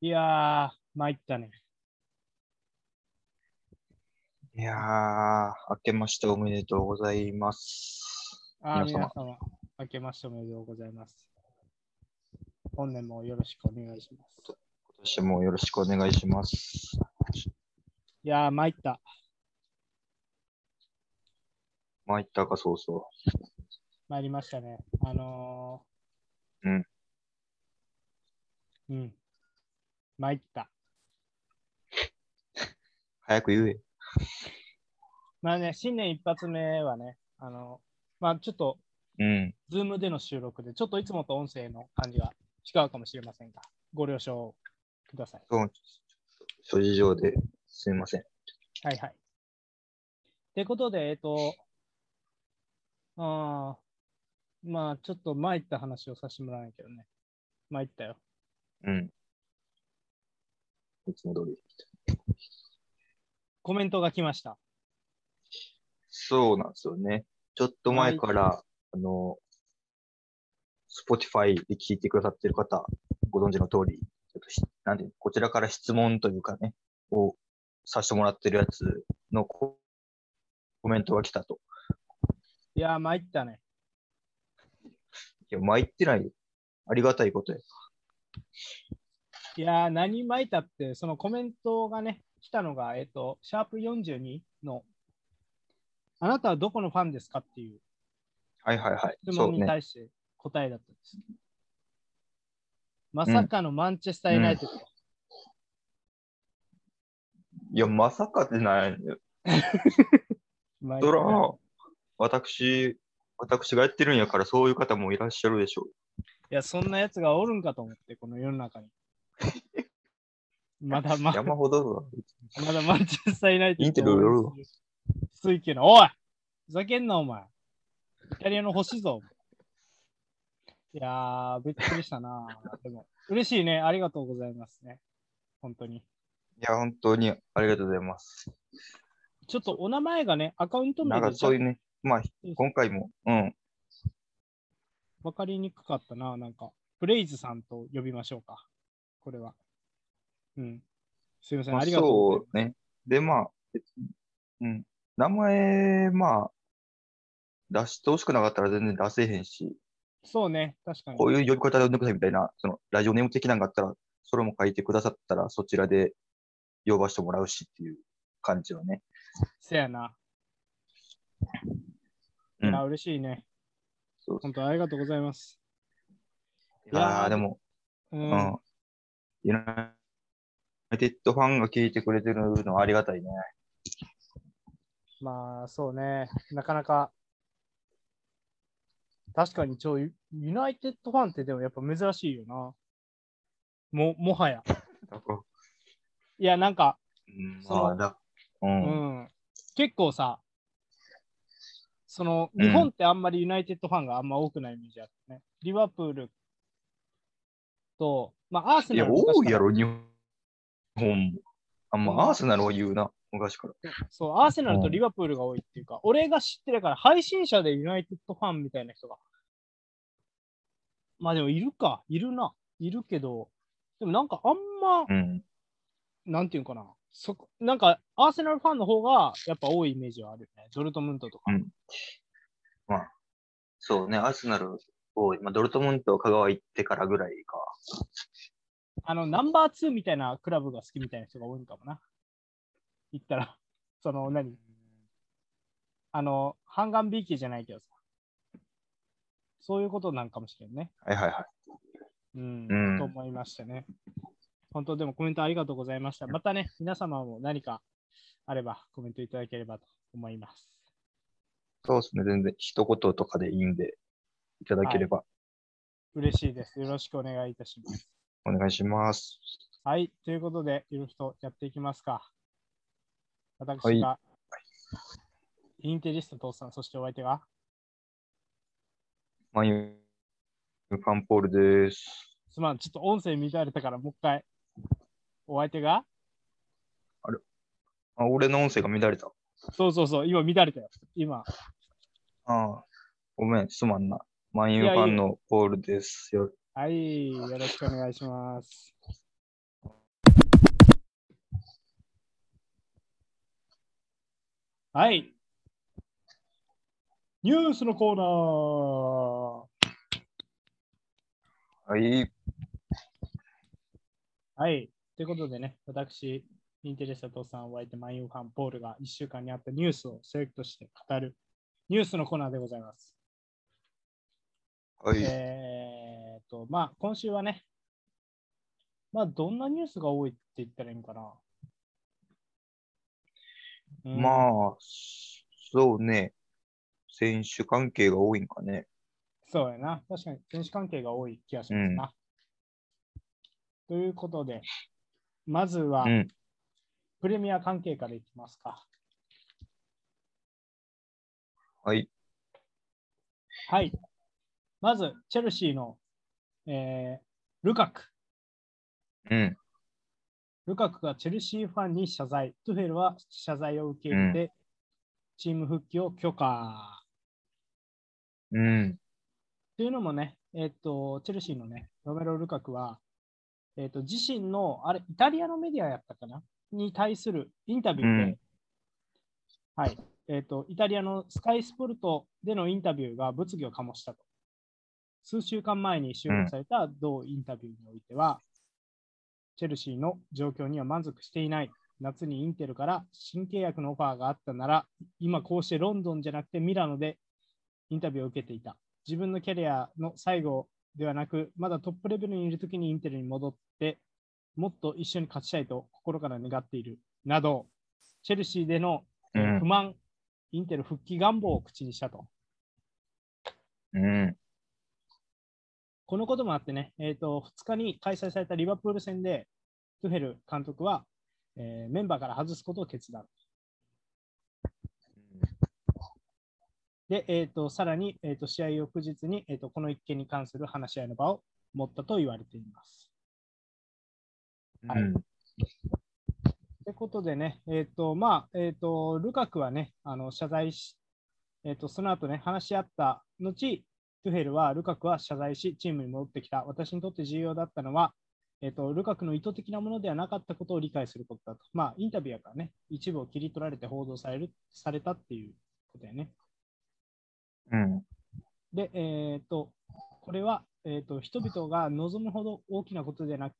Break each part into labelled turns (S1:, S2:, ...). S1: いやー、参ったね。
S2: いやー、明けましておめでとうございます。
S1: あー
S2: 皆様
S1: 皆様、明けましておめでとうございます。本年もよろしくお願いします。
S2: 今年もよろしくお願いします。
S1: いやー、参った。
S2: 参ったか、そうそ
S1: 参りましたね。あのー、
S2: うん。
S1: うん。参った。
S2: う。早く言え。
S1: まあね、新年一発目はね、あのまあちょっと、
S2: うん。
S1: ズームでの収録で、ちょっといつもと音声の感じが違うかもしれませんが、ご了承ください。
S2: そう、諸事情ですいません。
S1: はいはい。ってことで、えっと、ああ、まあ、ちょっと参った話をさせてもらわないけどね。参ったよ。
S2: うん。いつも通り。
S1: コメントが来ました。
S2: そうなんですよね。ちょっと前から、あの、Spotify で聞いてくださってる方、ご存知の通り、ちょっとしなんていうのこちらから質問というかね、をさせてもらってるやつのココメントが来たと。
S1: いやー、参ったね。
S2: いや、参ってないよ。ありがたいことや。
S1: いやー、何参ったって、そのコメントがね、来たのが、えっと、シャープ42の、あなたはどこのファンですかっていう
S2: はいはいはい。
S1: 質
S2: そう
S1: 問に
S2: ね。
S1: 対して答えだったんです。まさかのマンチェスター・ユナイテッド。
S2: いや、まさかってないのよ。
S1: 参った
S2: そら、私、私がやってるんやから、そういう方もいらっしゃるでしょう。
S1: いや、そんなやつがおるんかと思って、この世の中に。まだま
S2: 山ほどだ。
S1: まだマンチェスターユナイテッド。
S2: インテルよるわ
S1: 水球の、おいふざけんな、お前。イタリアの星ぞ。いやー、びっくりしたな。でも、嬉しいね。ありがとうございますね。本当に。
S2: いや、本当にありがとうございます。
S1: ちょっとお名前がね、アカウント
S2: な
S1: 名
S2: ん
S1: が
S2: かそういうね、まあ、今回も、うん、
S1: わかりにくかったな。なんか、ブレイズさんと呼びましょうか。これは。うん。すいません。
S2: まあ
S1: ありがとうございます。
S2: そうね。で、まあ、別にうん、名前、まあ、出してほしくなかったら全然出せへんし、
S1: そうね。確かに
S2: こ。ういう呼び方で呼んでくださいみたいな、そのラジオネーム的なんがあったら、それも書いてくださったら、そちらで呼ばしてもらうしっていう感じはね。
S1: せやな。
S2: うん
S1: いや、嬉しいね。
S2: そう
S1: 本当ありがとうございます。
S2: いやー、でも、
S1: う。
S2: うんん。ユナイテッドファンが聞いてくれてるのはありがたいね。
S1: まあ、そうね。なかなか。確かに、ちょ、ユユナイテッドファンってでもやっぱ珍しいよな。も、もはや。
S2: だから
S1: いや、なんか、
S2: うん、
S1: その
S2: まあ、だ、う。
S1: うんん。結構さ、その、
S2: うん
S1: 日本ってあんまりユナイテッドファンがあんま多くないイメージあるね。リバプールと、まあ、アーセ
S2: い
S1: ナ
S2: や、
S1: ルも確か
S2: 多いやろ、日本も。あんまあ、アーセナルは言うな、昔から。
S1: そう、アーセナルと
S2: うん
S1: リバプールが多いっていうか、俺が知ってるから、配信者でユナイテッドファンみたいな人が。まあでもいるか、いるな、いるけど、でもなんかあんま、
S2: うん。
S1: なんていうのかな、そこなんかアーセナルファンの方がやっぱ多いイメージはあるよね。ドルトムントとか。
S2: そうね、アーセナルを、まあ、ドルトムント、香川行ってからぐらいか。
S1: あの、ナンバー2みたいなクラブが好きみたいな人が多いのかもな。言ったら、その何、あの、ハンガンビーキーじゃないけどさ。そういうことなんかもしれんね。
S2: はいはいはい。
S1: うん
S2: うん
S1: と思いましたね。本当、でもコメントありがとうございました。またね、皆様も何かあればコメントいただければと思います。
S2: そうですね、全然、一言とかでいいんで、いただければ
S1: 嬉しいです。よろしくお願いいたします。
S2: お願いします。
S1: はい、ということで、いろいろとやっていきますか。私が、
S2: は
S1: インテリスト父さん、そしてお相手が、
S2: マユファンポールです。
S1: すまん、ちょっと音声乱れたから、もう一回、お相手が、
S2: あ、俺の音声が乱れた。
S1: そうそうそう、今乱れたよ。今、
S2: ああ、ごめん、すまんな。マユファンのポールです。よ
S1: はい、よろしくお願いします。
S2: お
S1: はい。ニュースのコーナ
S2: はい。
S1: ー。はい。ということでね、私、インテレスタとさんを相手、マイユーカンポールが1週間にあったニュースをセレクトして語るニュースのコーナーでございます。
S2: はい。
S1: えーっと、まあ、今週はね、まあ、どんなニュースが多いって言ったらいいのかな。うん
S2: まあ、そうね。選手関係が多いんかね。
S1: そうやな。確かに選手関係が多い気がしますな。ということで、まずは
S2: うん。
S1: プレミア関係からいきますか。
S2: はい。
S1: はい。まず、チェルシーの、えールカク。
S2: うん。
S1: ルカクがチェルシーファンに謝罪。トゥフェルは謝罪を受け入れて、チーム復帰を許可。
S2: うん。
S1: というのもね、えっと、チェルシーのね、ロメロ・ルカクは、えっと、自身の、あれ、イタリアのメディアやったかなに対するインタビューで、
S2: うん
S1: はい、えっと、イタリアのスカイスポルトでのインタビューが物議を醸したと。数週間前に収録された同インタビューにおいては、チェルシーの状況には満足していない。夏にインテルから新契約のオファーがあったなら、今こうしてロンドンじゃなくてミラノでインタビューを受けていた。自分のキャリアの最後ではなく、まだトップレベルにいるときにインテルに戻って、もっと一緒に勝ちたいと心から願っている。など、チェルシーでのえ
S2: う
S1: ー不
S2: ん。
S1: 満、インテル復帰願望を口にしたと。
S2: うん。
S1: このこともあってね、えー、と2日に開催されたリバプール戦で、トゥヘル監督は、えーメンバーから外すことを決断。で、えー、とさらに、えー、と試合翌日に、えー、とこの一件に関する話し合いの場を持ったと言われています。はい
S2: うん
S1: ということでね、えっ、と、まあ、えっ、と、ルカクはね、あの謝罪し、えっ、と、その後ね、話し合った後、トゥヘルは、ルカクは謝罪し、チームに戻ってきた。私にとって重要だったのは、えっ、と、ルカクの意図的なものではなかったことを理解することだと。まあ、インタビューやからね、一部を切り取られて報道される、されたっていうことやね。
S2: うん。
S1: で、えっ、と、これは、えっ、と、人々が望むほど大きなことでなく、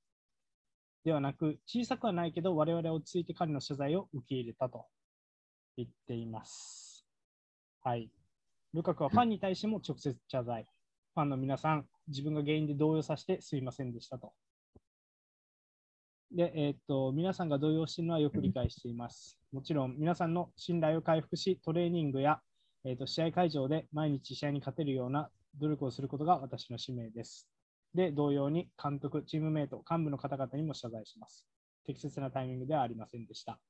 S1: ではなく、小さくはないけど、我々は落ち着いて彼の謝罪を受け入れたと言っています。はい。ルカクはファンに対しても直接謝罪。ファンの皆さん、自分が原因で動揺させてすいませんでしたと。で、えーっと、皆さんが動揺しているのはよく理解しています。もちろん、皆さんの信頼を回復し、トレーニングや、えーっと試合会場で毎日試合に勝てるような努力をすることが私の使命です。で、同様に監督、チームメイト、幹部の方々にも謝罪します。適切なタイミングではありませんでした。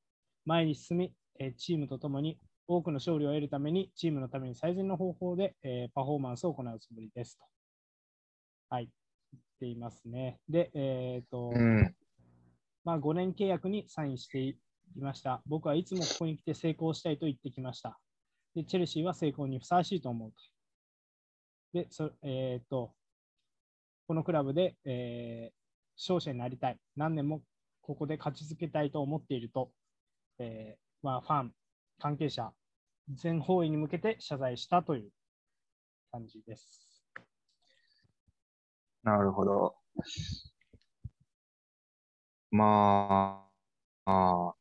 S1: 前に進み、えーチームとともに多くの勝利を得るために、チームのために最善の方法で、えーパフォーマンスを行うつもりですと。はい、言っていますね。で、えっ、と、
S2: うん。
S1: まあ、5年契約にサインしていました。僕はいつもここに来て成功したいと言ってきました。で、チェルシーは成功にふさわしいと思うと。で、そえーっと、このクラブで、えー勝者になりたい。何年もここで勝ち続けたいと思っていると、えーまあ、ファン、関係者、全方位に向けて謝罪したという感じです。
S2: なるほど。まあ、あ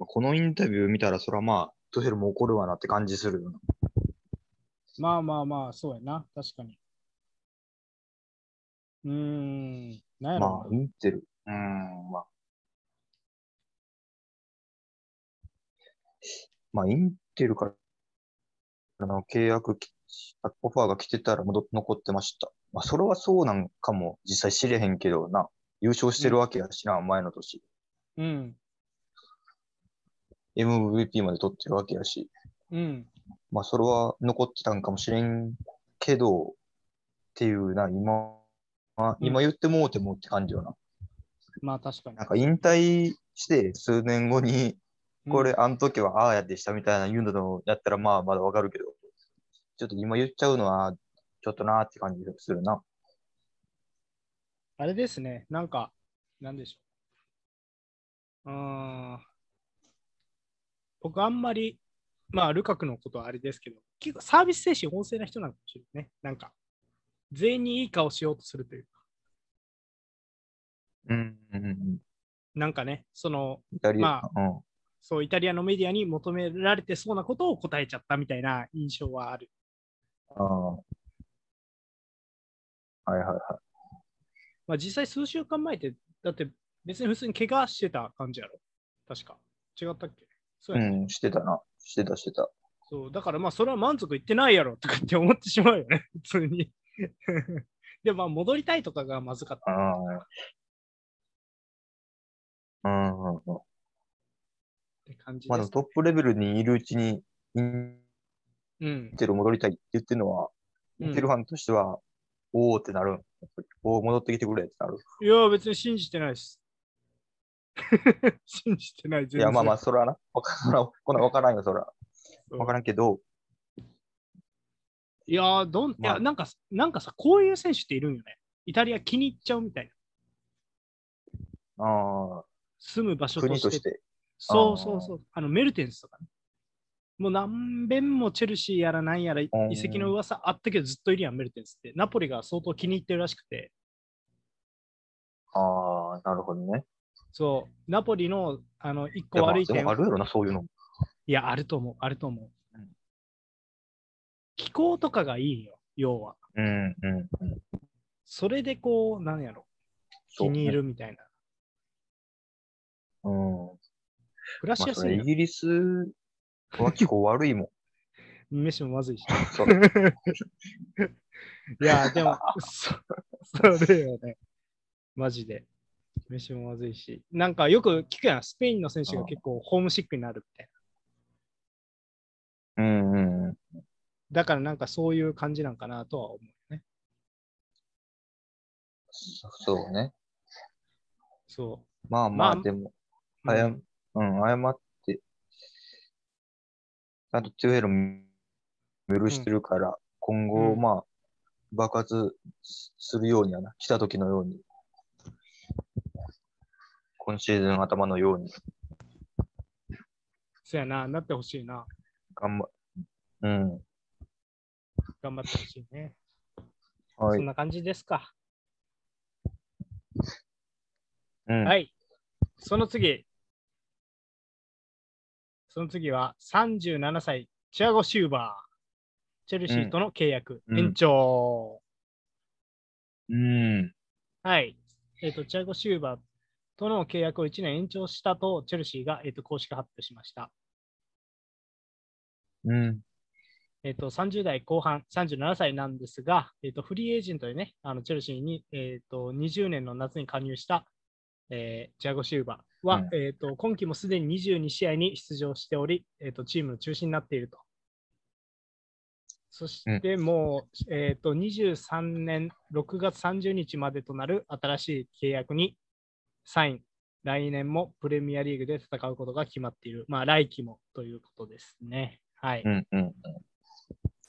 S2: ーこのインタビュー見たら、そらまあ、トゥヘルも怒るわなって感じするよな。
S1: まあまあまあ、そうやな、確かに。うーん、なんやろうな
S2: まあ、インテル。うーん、まあ。まあ、インテルから、あの、契約き、オファーが来てたら戻っ残ってました。まあ、それはそうなんかも、実際知れへんけどな。優勝してるわけやしな、前の年。
S1: うん、
S2: MVP まで取ってるわけやし。
S1: うん、
S2: まあ、それは残ってたんかもしれんけど、っていうな、今、まあ
S1: うん
S2: 今言ってもうてもって感じよな。
S1: まあ確かに
S2: な。んか引退して数年後に、
S1: うん
S2: これ、、あの時はああやでしたみたいな言うのやったら、まあ、まだわかるけど、ちょっと今言っちゃうのは、ちょっとなーって感じするな。
S1: あれですね、なんか、なんでしょう。うーん、僕あんまりまあ、ルカクのことはあれですけど、結構サービス精神旺盛な人なのかもしれないね。なんか、全員にいい顔しようとするというか、
S2: うん。うんうん
S1: なんかね、その、
S2: イタリ
S1: ま
S2: ア、うん。
S1: そう、イタリアのメディアに求められてそうなことを答えちゃったみたいな印象はある。
S2: ああ。はいはいは
S1: まあ、実際数週間前って、だって別に普通に怪我してた感じやろ。確か。違ったっけそうや
S2: い。
S1: ね、
S2: うん、してたな。してたしてた。
S1: そう。だからまあ、それは満足いってないやろとかって思ってしまうよね、 普通に。で、まあ、戻りたいとかがまずかった。
S2: うん。うんうんうん。
S1: って感じで、
S2: ますあでもトップレベルにいるうちに、イン
S1: うん。
S2: テル戻りたいって言ってるのは、インテルファンとしては、おーってなるんやっぱりおー、戻ってきてくれってなる。
S1: いや、別に信じてないです。 信じてない、全
S2: い
S1: 然。
S2: や、まあまあ、そらな。わからん、 こんなんわからんよ、そら。
S1: うん
S2: わからんけど、
S1: いやーどん、
S2: ま
S1: い
S2: あ
S1: や、なんか、なんかさ、こういう選手っているんよね。イタリア気に入っちゃうみたいな。
S2: あ
S1: 住む場
S2: あ、
S1: 所と
S2: 国
S1: して。
S2: として。
S1: そ
S2: あー
S1: うそうそう。あの、メルテンスとかね。もう何遍もチェルシーやらなんやら移
S2: うん
S1: 籍の噂あったけどずっといるやん、メルテンスって。ナポリが相当気に入ってるらしくて、
S2: ああ、なるほどね。
S1: そう、ナポリのあの一
S2: いや
S1: 個
S2: まあ
S1: 悪い
S2: で
S1: 点
S2: もあるやろな、そういうのも。
S1: いや、あると思う、あると思う。
S2: うん
S1: 気候とかがいいよ、要は。
S2: うん、うん、うん。
S1: それでこう、なんやろ、
S2: そう
S1: 気に入るみたいな。
S2: うん。
S1: 暮らし
S2: まあ、
S1: や
S2: そ
S1: すい
S2: れイ
S1: よ。
S2: ギリスは気候悪いもん。
S1: 飯もまずいし。
S2: そう
S1: いや、でも、 そそれよね。マジで。飯もまずいし。なんかよく聞くやん、スペインの選手が結構ホームシックになるみたいな。
S2: うん、うん、うん。
S1: だからなんかそういう感じなんかなとは思うね。
S2: そうね。
S1: そ
S2: まあま
S1: ま
S2: あ、
S1: あ
S2: でも、
S1: う。
S2: 謝
S1: う
S2: うんん、謝って、あと、トゥエルも許してるから、今後、
S1: うん
S2: まあ、爆発すするようにはな、来た時のように、今シーズン頭のように、
S1: そやな、なってほしいな。
S2: 頑張、うん、
S1: 頑張ってほしいね。
S2: は
S1: そん
S2: い、
S1: な感じですか。
S2: うん、、
S1: はいい。その次。その次は37歳、チアゴ・シューバー。チェルシーとの契約、
S2: うん
S1: 延長。
S2: うん、
S1: はい。えっ、と、チアゴ・シューバーとの契約を1年延長したと、チェルシーが、えー、と公式発表しました。
S2: うん、
S1: えっ、と、30代後半、37歳なんですが、えっ、と、フリーエージェントでね、あのチェルシーに、えっ、と、20年の夏に加入した、えー、ジャゴ・シューバーは、
S2: うん
S1: えっ、と、今季もすでに22試合に出場しており、えっ、と、チームの中心になっていると。そして、もう、えっ、と、23年6月30日までとなる新しい契約にサイン。来年もプレミアリーグで戦うことが決まっている。まあ、来季もということですね。はい。
S2: うん、うん、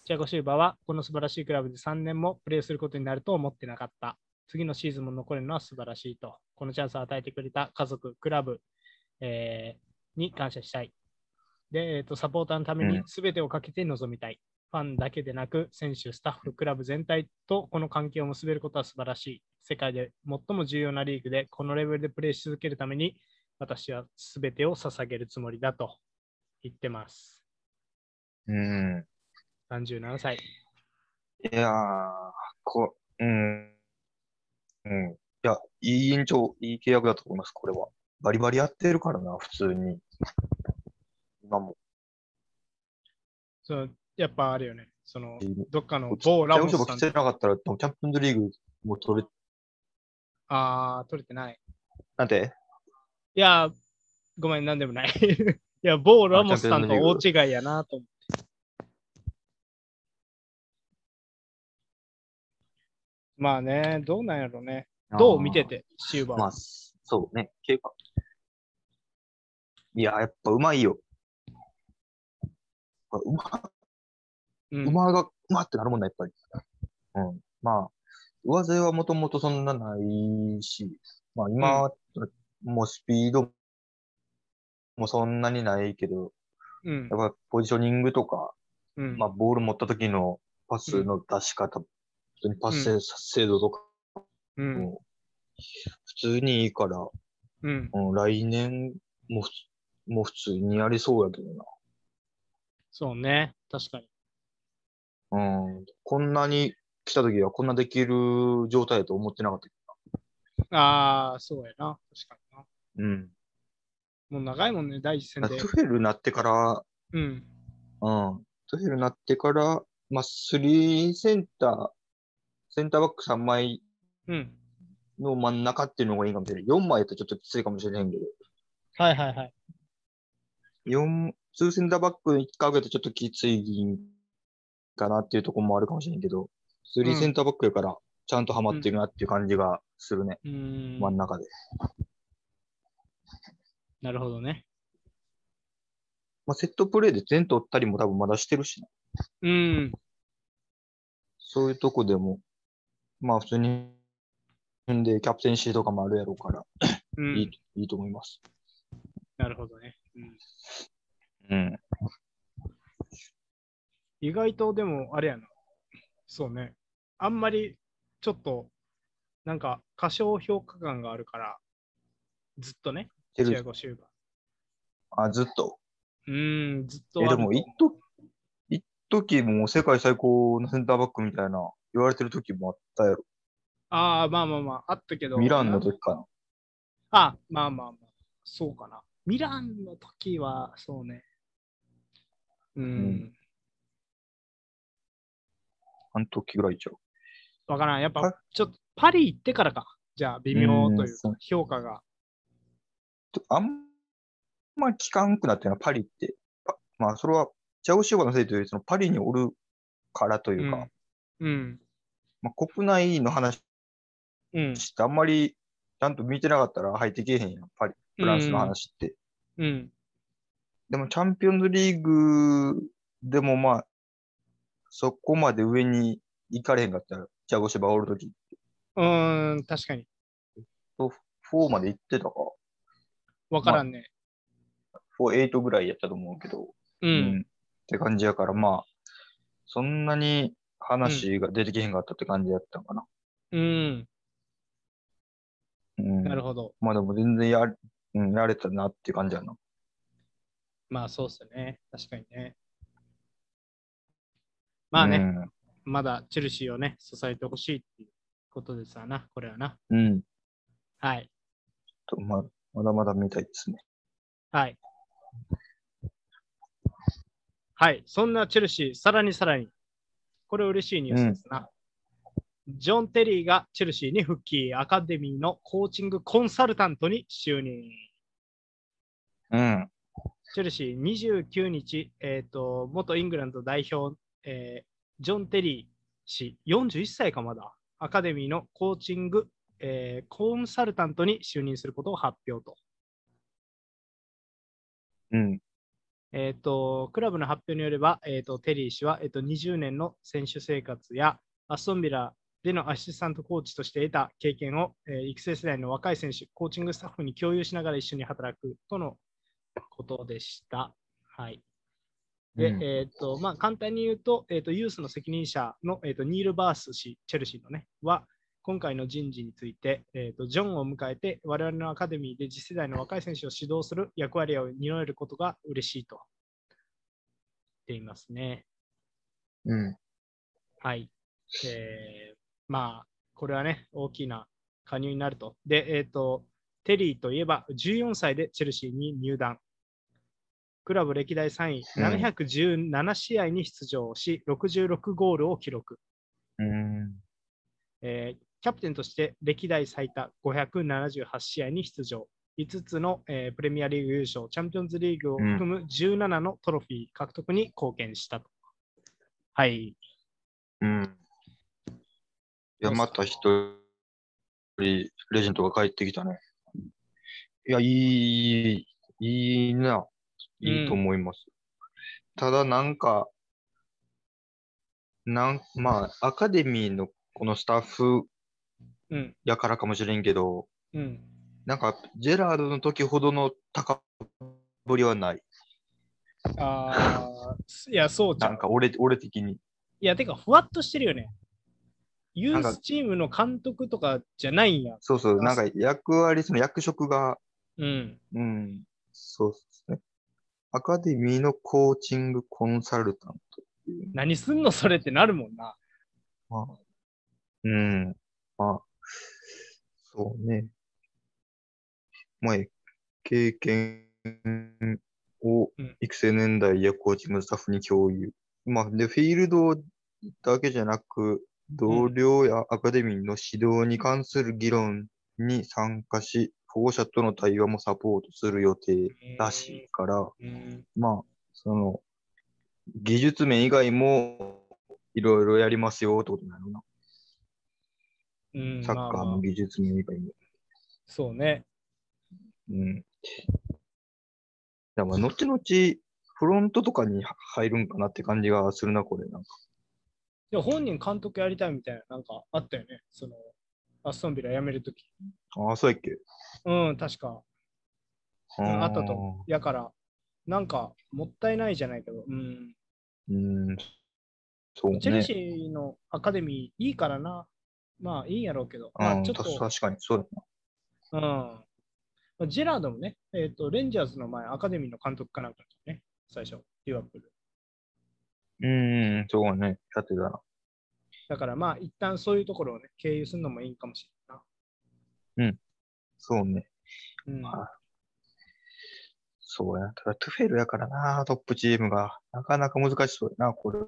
S1: チアゴ・シューバーは、この素晴らしいクラブで3年もプレーすることになると思ってなかった。次のシーズンも残れるのは素晴らしいと。このチャンスを与えてくれた家族、クラブ、えーに感謝したい。で、えーと、サポーターのため
S2: う
S1: に
S2: ん
S1: 全てをかけて臨みたい。ファンだけでなく、選手、スタッフ、クラブ全体とこの関係を結べることは素晴らしい。世界で最も重要なリーグで、このレベルでプレーし続けるために、私は全てを捧げるつもりだと言ってます。
S2: うん。
S1: 37歳。
S2: いやー、こ、うん。うん。いや、いい延長、いい契約だと思います、これは。バリバリやってるからな、普通に。今も。
S1: そのやっぱあるよね。その
S2: うん
S1: どっかの某ラモス
S2: ジャム
S1: さ
S2: ショバ
S1: ん
S2: 来てなかったら、多分チャンピオンズリーグも取れ、
S1: ああ、取れてない。
S2: なんて
S1: いや、ごめん、なんでもない。 いや、某ラモスさんと大違いやなと思って。まあね、どうなんやろうね。どう見て。て、シューバ
S2: あ
S1: ー
S2: ーまあ、そうね、経過。いや、やっぱうまいよ。やっぱうま
S1: う、
S2: うんまが、うまってなるもんな、やっぱり。うん。まあ、上背はもともとそんなないし、まあ今は、もうスピードもそんなにないけど、
S1: うん
S2: や。っぱポジショニングとか、
S1: うん
S2: まあ、ボール持った時のパスの出し方、普通にパス精精度とか
S1: うん。
S2: も、普通にいいから、
S1: うん。
S2: うん、来年もふつ、もう普通にやりそうやけど
S1: そうね。確かに。
S2: な。うん。こんなに来た時はこんなできる状態だと思ってなかったけ
S1: ああ、そうやな。確かにな。
S2: ど。うん。
S1: もう長いもんね、第一線
S2: だか
S1: で
S2: らト。ゥフェルになってから、
S1: うん。
S2: うん。トゥフェルになってから、まあ、スリーセンター、センターバック3枚
S1: うん。
S2: の真ん中っていうのがいいかもしれない。4枚だとちょっときついかもしれないけど、
S1: はいはいはい。
S2: 四2センターバック1回上げてちょっときついかなっていうところもあるかもしれないけど、
S1: う
S2: 3
S1: ん
S2: センターバックやから、ちゃんとハマってるなっていう感じがするね。
S1: うーん。
S2: 真ん中で。
S1: なるほどね。
S2: まあ、セットプレーで点取ったりも多分まだしてるしね、
S1: うん。
S2: そういうとこでも、まあ普通に、んで、キャプテンシーとかもあるやろうから、
S1: う
S2: いい
S1: ん。
S2: いいと思います。
S1: なるほどね。うん
S2: うん。
S1: 意外とでもあれやな。そうね。あんまりちょっとなんか過小評価感があるから、ずっとね、
S2: て
S1: チア
S2: る、
S1: ゴシューバ
S2: あ、ずっと。
S1: ー。うーん、ずっと
S2: え、
S1: あ
S2: で
S1: ると思
S2: も、
S1: う。
S2: 一時、一時もう世界最高のセンターバックみたいな、言われてる時もあったやろ。
S1: ああ、まあまあまあ、あったけど。
S2: ミランの時かな。
S1: あ、まあまあまあ、そうかな。ミランの時は、そうね。うーん
S2: ん、あの時ぐらいちゃう。
S1: わからん。やっぱ
S2: は、
S1: ちょっとパリ行ってからか。じゃあ、微妙と
S2: う
S1: い
S2: ん
S1: う
S2: そう
S1: 評価が。
S2: あんまり聞かんくなってるな、パリって。パまあ、それは、チャオシューバーのせいというより、そのパリにおるからと
S1: う
S2: いうか、
S1: ん。うん。
S2: まあ、国内の話
S1: うん。
S2: して、あんまりちゃんと見てなかったら入ってけえへんやん、パリ、フランスの話って。
S1: うん。
S2: でも、チャンピオンズリーグでもまあ、そこまで上に行かれへんかったら、チャゴシュバおるとき、
S1: うーん、確かに。
S2: 4まで行ってたか、
S1: わからんね。
S2: 4、8ぐらいやったと思うけど、
S1: う。
S2: うんって感じやから、まあ、そんなに話が出てけへんかったって感じやったんかな。
S1: うん、
S2: うん。
S1: なるほど。
S2: まあでも全然やれ、うん、やれたなって感じやな。
S1: まあそうっすね。確かにね。まあね、まだチェルシーをね、支えてほしいっていうことですわな、これはな。
S2: うん。うん。
S1: はい。
S2: とまあ、まだまだ見たいですね。
S1: はい。はい。そんなチェルシー、さらにさらに、これ嬉しいニュースですな。ジョン・テリーがチェルシーに復帰、アカデミーのコーチングコンサルタントに就任。
S2: うん。
S1: チェルシー29日、えー、と元イングランド代表、えージョン・テリー氏、41歳かまだ、アカデミーのコーチング、えーコンサルタントに就任することを発表と,、
S2: うん。
S1: えー、と。クラブの発表によれば、えー、とテリー氏は、えー、と20年の選手生活やアストンビラでのアシスタントコーチとして得た経験を、えー育成世代の若い選手、コーチングスタッフに共有しながら一緒に働くとのことでした。はいで、
S2: うん
S1: えっ、と、まあ、簡単に言うと、えっ、と、ユースの責任者の、えっ、と、ニール・バース氏、チェルシーのね、は、今回の人事について、えっ、と、ジョンを迎えて、我々のアカデミーで次世代の若い選手を指導する役割を担えることが嬉しいと、言っていますね。
S2: うん。
S1: はい。えー、まあ、これはね、大きな加入になると。で、えっ、と、テリーといえば、14歳でチェルシーに入団。クラブ歴代3位、
S2: うん
S1: 717試合に出場し、66ゴールを記録。
S2: うん。
S1: えーキャプテンとして歴代最多578試合に出場、5つの、えープレミアリーグ優勝、チャンピオンズリーグを含む17のトロフィー獲得に貢献したと。はい。
S2: うん。いや、また一人、レジェンドが帰ってきたね。いや、いい、いいな。いいと思います。ただ、なんか、なん、まあ、アカデミーのこのスタッフ
S1: うん。
S2: やからかもしれんけど、
S1: うん。
S2: なんか、ジェラードの時ほどの高ぶりはない。
S1: ああ、 いや、そうじゃ
S2: なん
S1: ん。
S2: か俺、俺的に。
S1: いや、てか、ふわっとしてるよね。ユ
S2: なん
S1: ー
S2: か
S1: スチームの監督とかじゃないんや。
S2: そうそう、なんか役割、その役職が、
S1: うん。
S2: うん、そうですね。アカデミーのコーチングコンサルタントっていう。
S1: 何すんのそれってなるもんな。
S2: まあ、うん、まあ、そうね。まあ、経験を
S1: うん
S2: 育成年代やコーチングスタッフに共有。まあ、で、フィールドだけじゃなく、同僚やアカデミーの指導に関する議論に参加し、保護者との対話もサポートする予定らしいから、
S1: うん。
S2: まあ、その、技術面以外もいろいろやりますよってことなのな。
S1: うん。
S2: サッカー
S1: まあまあ
S2: も技術面以外も。
S1: そうね。
S2: うん。だから、後々、フロントとかに入るんかなって感じがするな、これ。なんか
S1: でも本人監督やりたいみたいな、なんかあったよね。その、アストンビラ辞めるとき。
S2: ああ、そうやっけ。
S1: うん、確か。
S2: あ
S1: うん
S2: ー
S1: あったと思う。やから、なんか、もったいないじゃないけど、うん。
S2: うん。そう
S1: チェル
S2: ね
S1: シ。ーのアカデミーいいからな。まあ、いいんやろうけど。
S2: う
S1: まあ、
S2: ん、
S1: ちょ
S2: た
S1: っと、
S2: 確かに、そう
S1: う
S2: だな。
S1: ん。まあジェラードもね、えっ、と、レンジャーズの前、アカデミーの監督かなんかだね、最初、リワプール。
S2: うん、そうだね。やってたな。
S1: だからまあ、一旦そういうところをね、経由するのもいいかもしれ
S2: そうね。
S1: んないな。うん
S2: はいそうやな。ただ、トゥフェルやからな、トップチームが。なかなか難しそうやな、これ。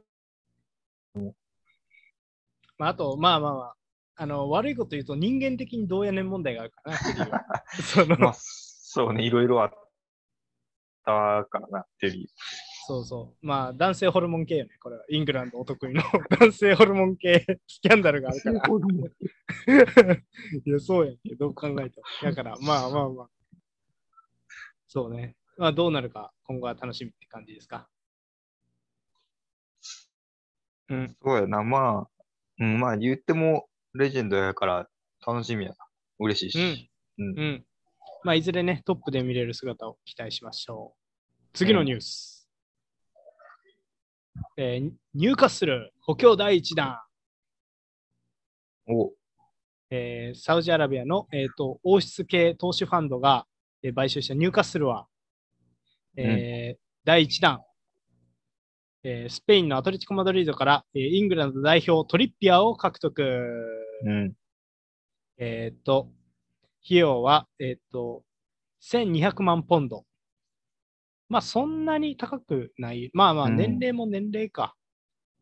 S1: まあ、あと、まあまあまあ、あの、悪いこと言うと人間的にどうやねん問題があるからなセリーは、そ の
S2: まあ、そうね、いろいろあったからな、テリー。
S1: そうそう。まあ、男性ホルモン系よね、これは。イングランドお得意の男性ホルモン系スキャンダルがあるから。いや、そうやんけど、う考えても。だから、まあまあまあ。そうね。まあ、どうなるか、今後は楽しみって感じですか。うん。
S2: そうやな、まあ、うん、まあ言ってもレジェンドやから楽しみやな。嬉しいし。
S1: うん。うん。まあ、いずれね、トップで見れる姿を期待しましょう。次のニュース。えーニューカッスル補強第1弾。
S2: お
S1: えーサウジアラビアの、えー、と王室系投資ファンドが、えー買収したニューカッスルは、えー第1弾、えースペインのアトレティコ・マドリードから、えーイングランド代表トリッピアーを獲得。
S2: うん。
S1: えっ、と、費用は、えっ、と、1200万ポンド。まあ、そんなに高くない。まあまあ、
S2: うん
S1: 年齢も年齢か、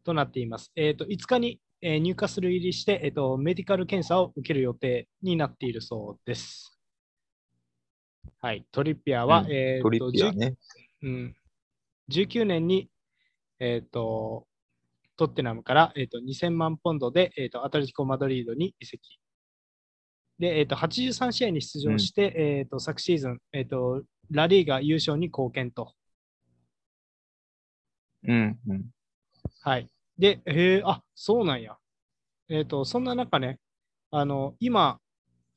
S1: となっています。えっ、と、5日に、えー入荷する入りして、えっ、と、メディカル検査を受ける予定になっているそうです。はい、トリッピアは、
S2: うん
S1: えっ、
S2: トリ
S1: と、
S2: ッピアね。
S1: うん、19年に、えっとトッテナムから、えっと2000万ポンドで、えっとアトレティコ・マドリードに移籍。で、えっと83試合に出場して、えっと昨シーズン、えっとラリーが優勝に貢献と。
S2: うん。うん。
S1: はい、で、へえあそうなんや。えっとそんな中ね、あの今、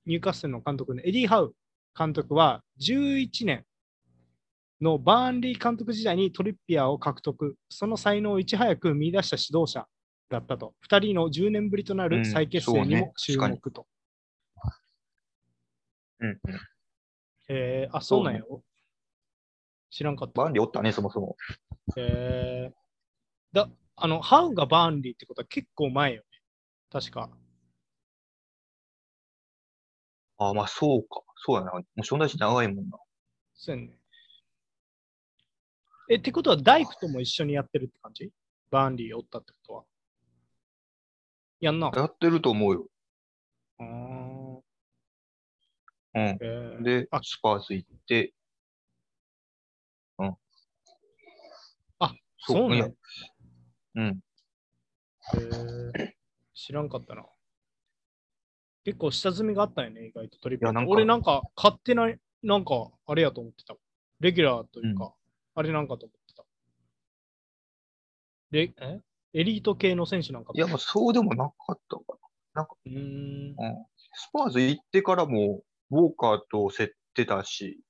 S1: ニューカッスルの監督のエディ・ハウ監督は11年のバーンリー監督時代にトリッピアーを獲得、その才能をいち早く見出した指導者だったと、2人の10年ぶりとな
S2: うん
S1: る再結成にも
S2: そ
S1: 注
S2: うね確かに
S1: 目と。
S2: うん。
S1: えーあ、そうなんや。知らんかった。
S2: バンリーおったね、そもそも。
S1: えーだあのハウがバーンリーってことは結構前よね。確か。
S2: ああ、まあそうか。そうやな。もう初代し長いもんな。
S1: そうやね。え、ってことは、大工とも一緒にやってるって感じバーンリーおったってことは。やんな。
S2: やってると思うよ。
S1: うーん
S2: うん。
S1: えー
S2: で
S1: あ、
S2: スパーズ行って。うん。
S1: あ、そうなん
S2: い
S1: や
S2: や。うん。
S1: えー知らんかったな。結構下積みがあったよね、意外とトリピア
S2: いやなんか
S1: 俺なんか勝手な、なんかあれやと思ってた。レギュラーというか、あれなんかと思ってた。で、えエリート系の選手なんかと
S2: いや、まあそうでもなかったか
S1: うーん。
S2: な。うん。スパーズ行ってからも、ウォーカーと競ってたし、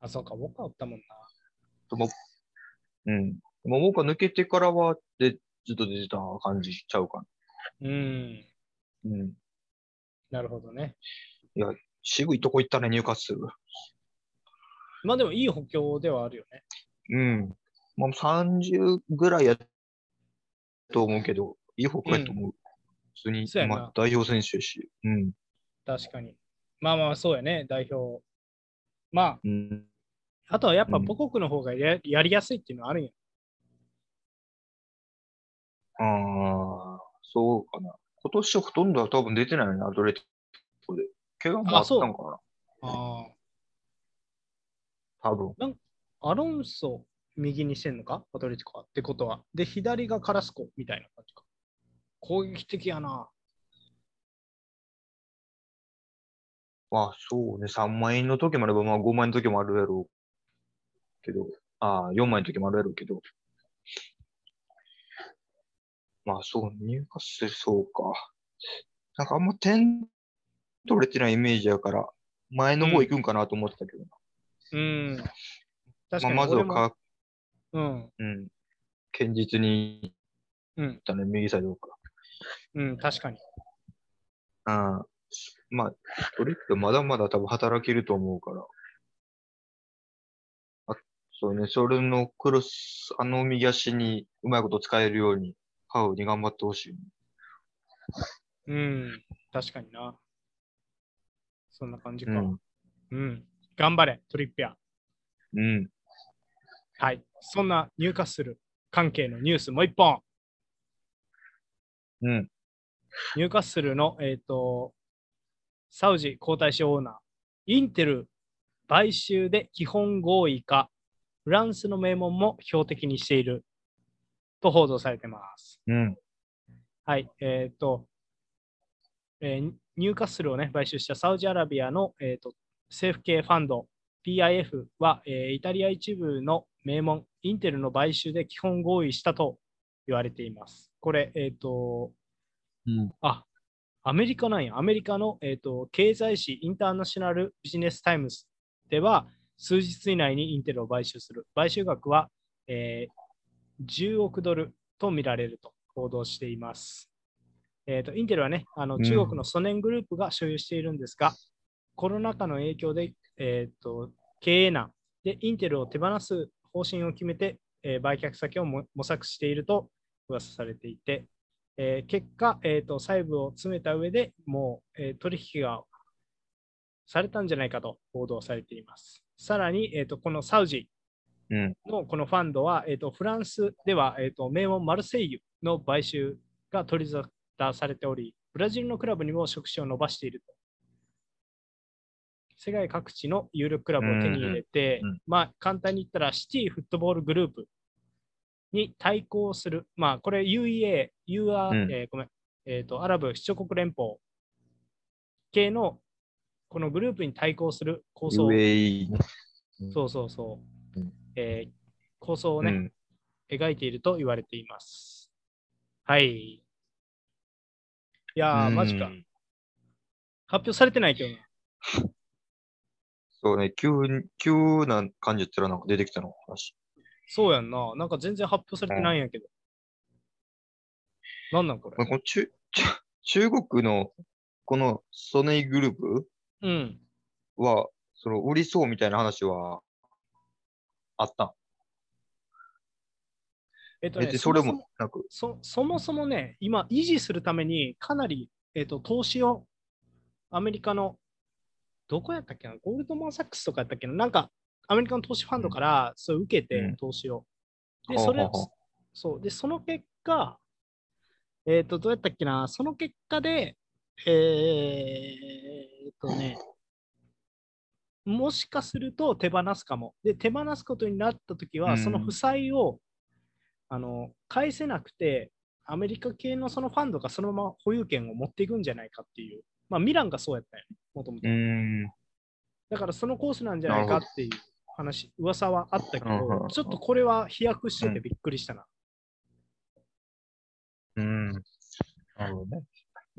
S1: あ、そうか、僕はおったもんな。
S2: そのうん。でも、僕は抜けてからは、で、ずっと出てた感じしちゃうか
S1: うん。
S2: な。うん。
S1: なるほどね。
S2: 渋いとこ行ったね、入荷する。
S1: まあでもいい補強ではあるよね。
S2: うん。まあ、30ぐらいやと思うけど、いい方向やと思う。普通に
S1: そうやな
S2: 今、代表選手やし。うん。
S1: 確かに。まあまあ、そうやね、代表。ま
S2: うん。
S1: あ、あとはやっぱ
S2: うん
S1: 母国の方がややりやすいっていうのはあるんや。
S2: ああ、そうかな。今年ほとんどは多分出てないよね、アトレティコで。怪我もあ
S1: あ
S2: った
S1: そうん
S2: かな
S1: あ
S2: 多分。
S1: あ。アロンソ、右にしてんのかアトレティコは。ってことは。で、左がカラスコみたいな感じか。攻撃的やな。
S2: まあそうね、3万円の時もあれば、まあ5万円の時もあるやろうけど、ああ、4万円の時もあるやろうけど。まあそう、入荷するそうか。なんかあんま点取れてないイメージやから、前の方行くんかなと思ってたけどな、
S1: うん。確かに
S2: まあまず
S1: 俺
S2: は
S1: も
S2: か、
S1: うん。
S2: うん、堅実にいっ
S1: うん。
S2: たね、右サイドか。
S1: うん。確かに。
S2: うん。まあ、トリックまだまだ多分働けると思うから。あ、そうね、それのクロス、あの右足にうまいこと使えるように、ハウに頑張ってほしいね。
S1: うん。確かにな。そんな感じか。
S2: うん。
S1: うん。頑張れ、トリッピア。
S2: うん。
S1: はい。そんな入荷する関係のニュースもう一本。
S2: うん。
S1: ニューカッスルの、えー、とサウジ皇太子オーナー、インテル買収で基本合意か、フランスの名門も標的にしていると報道されてます。
S2: うん。
S1: はい。えっ、と、えーニューカッスルを、ね、買収したサウジアラビアの、えー、と政府系ファンド PIF は、えーイタリア一部の名門インテルの買収で基本合意したと言われています。これ、えっ、と、
S2: うん。
S1: あ、アメリカなんや。アメリカの、えー、と経済誌インターナショナルビジネスタイムズでは、数日以内にインテルを買収する。買収額は、えー10億ドルと見られると報道しています。えー、とインテルはね、あの
S2: うん
S1: 中国のソネングループが所有しているんですが、コロナ禍の影響で、えー、と経営難でインテルを手放す方針を決めて、えー売却先をも模索していると噂されていて、えー結果、えーと、細部を詰めた上でもう、えー取引がされたんじゃないかと報道されています。さらに、えー、とこのサウジ
S2: うん
S1: のこのファンドは、えー、とフランスでは、えー、と名門マルセイユの買収が取り沙汰されており、ブラジルのクラブにも触手を伸ばしていると。世界各地の有力クラブを手に入れて、
S2: うんうんうん
S1: まあ簡単に言ったらシティフットボールグループに対抗する、まあこれ UEA、UR、
S2: うん
S1: えーごめん、えっ、と、アラブ首長国連邦系のこのグループに対抗する構想、
S2: UAE ね。
S1: そうそうそう、
S2: うん
S1: えー構想を
S2: う
S1: ね、
S2: ん。
S1: 描いていると言われています。はい。いやー、マジか
S2: う。ん
S1: 発表されてないけどな。
S2: そうね、急に、急な感じやったらなんか出てきたの、話。
S1: そうやんな。なんか全然発表されてないんやけど。なんなんこ
S2: まあ
S1: れ。
S2: この中、中中国の、このソネイグループ
S1: うん。
S2: は、その、売りそうみたいな話は、あったん
S1: えっと
S2: え
S1: ね、
S2: で、それ
S1: も
S2: もなく。
S1: そもそそもそもね、今、維持するために、かなり、えっと投資をアメリカの、どこやったっけな、ゴールドマン・サックスとかやったっけな、なんか、アメリカの投資ファンドから、それを受け
S2: う
S1: て
S2: ん、
S1: 投資を。で、
S2: ほ
S1: そ
S2: うほう
S1: れ
S2: ほう、
S1: そう、で、その結果、えっ、と、どうやったっけな、その結果で、えーっとね、もしかすると手放すかも。で、手放すことになったときは、
S2: うん
S1: その負債をあの返せなくて、アメリカ系のそのファンドがそのまま保有権を持っていくんじゃないかっていう、まあ、ミランがそうやったよね、もともと
S2: うー。ん。
S1: だからそのコースなんじゃないかっていう話、噂はあったけ
S2: うんうんう
S1: ど
S2: ん、
S1: ちょっとこれは飛躍しててびっくりしたな。
S2: うん。なるほどね。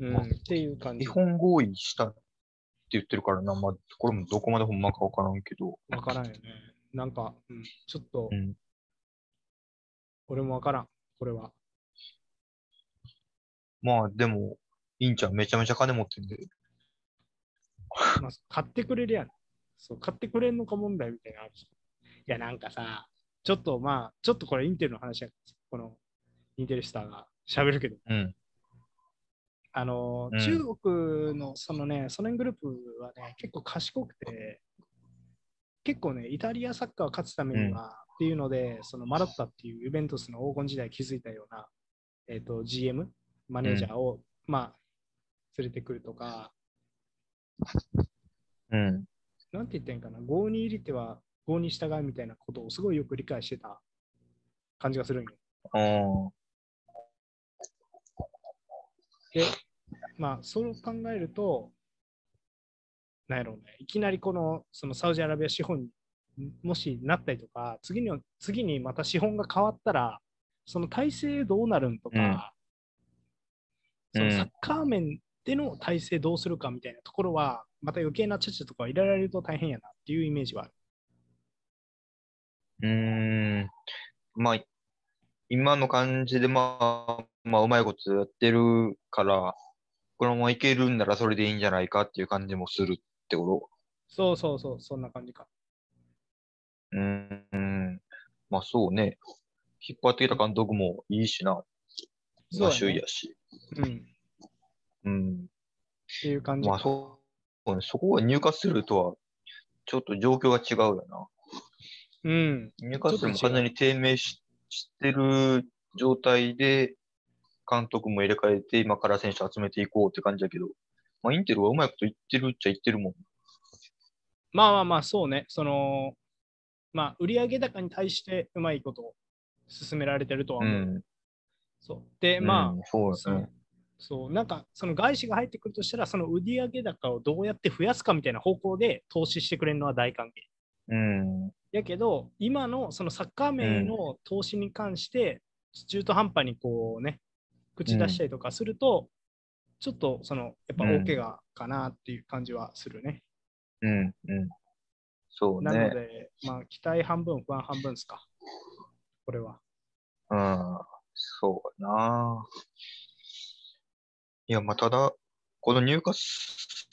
S1: うん、っていう感
S2: 基
S1: じ。
S2: 本合意したって言ってるからな、まあ、これもどこまでほんまかわからんけど。
S1: わからんよね。なんか、うん、ちょっと
S2: うん。
S1: 俺もわからん、これは。
S2: まあでも、インちゃんめちゃめちゃ金持ってるんで、
S1: まあ、買ってくれるやん。そう、買ってくれんのか問題みたいなのあるし。いや、なんかさ、ちょっとまあ、ちょっとこれインテルの話やこのインテルスターが喋るけど、
S2: うん。
S1: あのー、
S2: うん
S1: 中国のそのね、ソ連グループはね、結構賢くて、結構ね、イタリアサッカーを勝つためには、っていうので、そのマラッタっていうユベントスの黄金時代築いたような、えっ、と、GM、マネージャーを、まあ、連れてくるとか、
S2: うん。
S1: なんて言ったらいいんかな、合に入れては合に従うみたいなことをすごいよく理解してた感じがするんよ。
S2: ああ。
S1: で、まあ、そう考えると、なんやろうね、いきなりこのそのサウジアラビア資本にもしなったりとか、次に次にまた資本が変わったら、その体制どうなるんとか、
S2: うん
S1: そのサッカー面での体制どうするかみたいなところは、また余計なチャチャとか入れられると大変やなっていうイメージはある。
S2: うーん。まあ、今の感じで、まあ、まあ、うまいことやってるから、このままいけるんならそれでいいんじゃないかっていう感じもするってこ
S1: そうそうそう、そんな感じか。
S2: とうーん。まあ、そうね。引っ張ってきた監督もいいしな。
S1: そうやね
S2: まあ、首位やし。
S1: うん
S2: うん。
S1: っていう感じか。
S2: まあ、そうね。そこが入荷するとは、ちょっと状況が違うよな。
S1: うん。
S2: ニューカッスルも完全に低迷ししてる状態で、監督も入れ替えて、今から選手集めていこうって感じだけど、まあ、インテルはうまいこと言ってるっちゃ言ってるもん。
S1: まあまあまあ、そうね。その、まあ、売上高に対してうまいことを進められてるとは
S2: う
S1: 思う。
S2: ん。
S1: そうで、ま
S2: うん
S1: あ、、
S2: そう
S1: そ
S2: だね
S1: う。そう、なんか、その外資が入ってくるとしたら、その売上高をどうやって増やすかみたいな方向で投資してくれるのは大歓迎。
S2: うん。
S1: やけど、今のそのサッカー面への投資に関して、中途半端にこうね、口出したりとかすると、ちょっとその、やっぱ大怪我かなっていう感じはするね。
S2: うん。うん。そう
S1: なの
S2: ね
S1: で。、まあ、期待半分、不安半分ですか。これは。
S2: うん。そうやな。いや、まあ、ただ、このニューカッス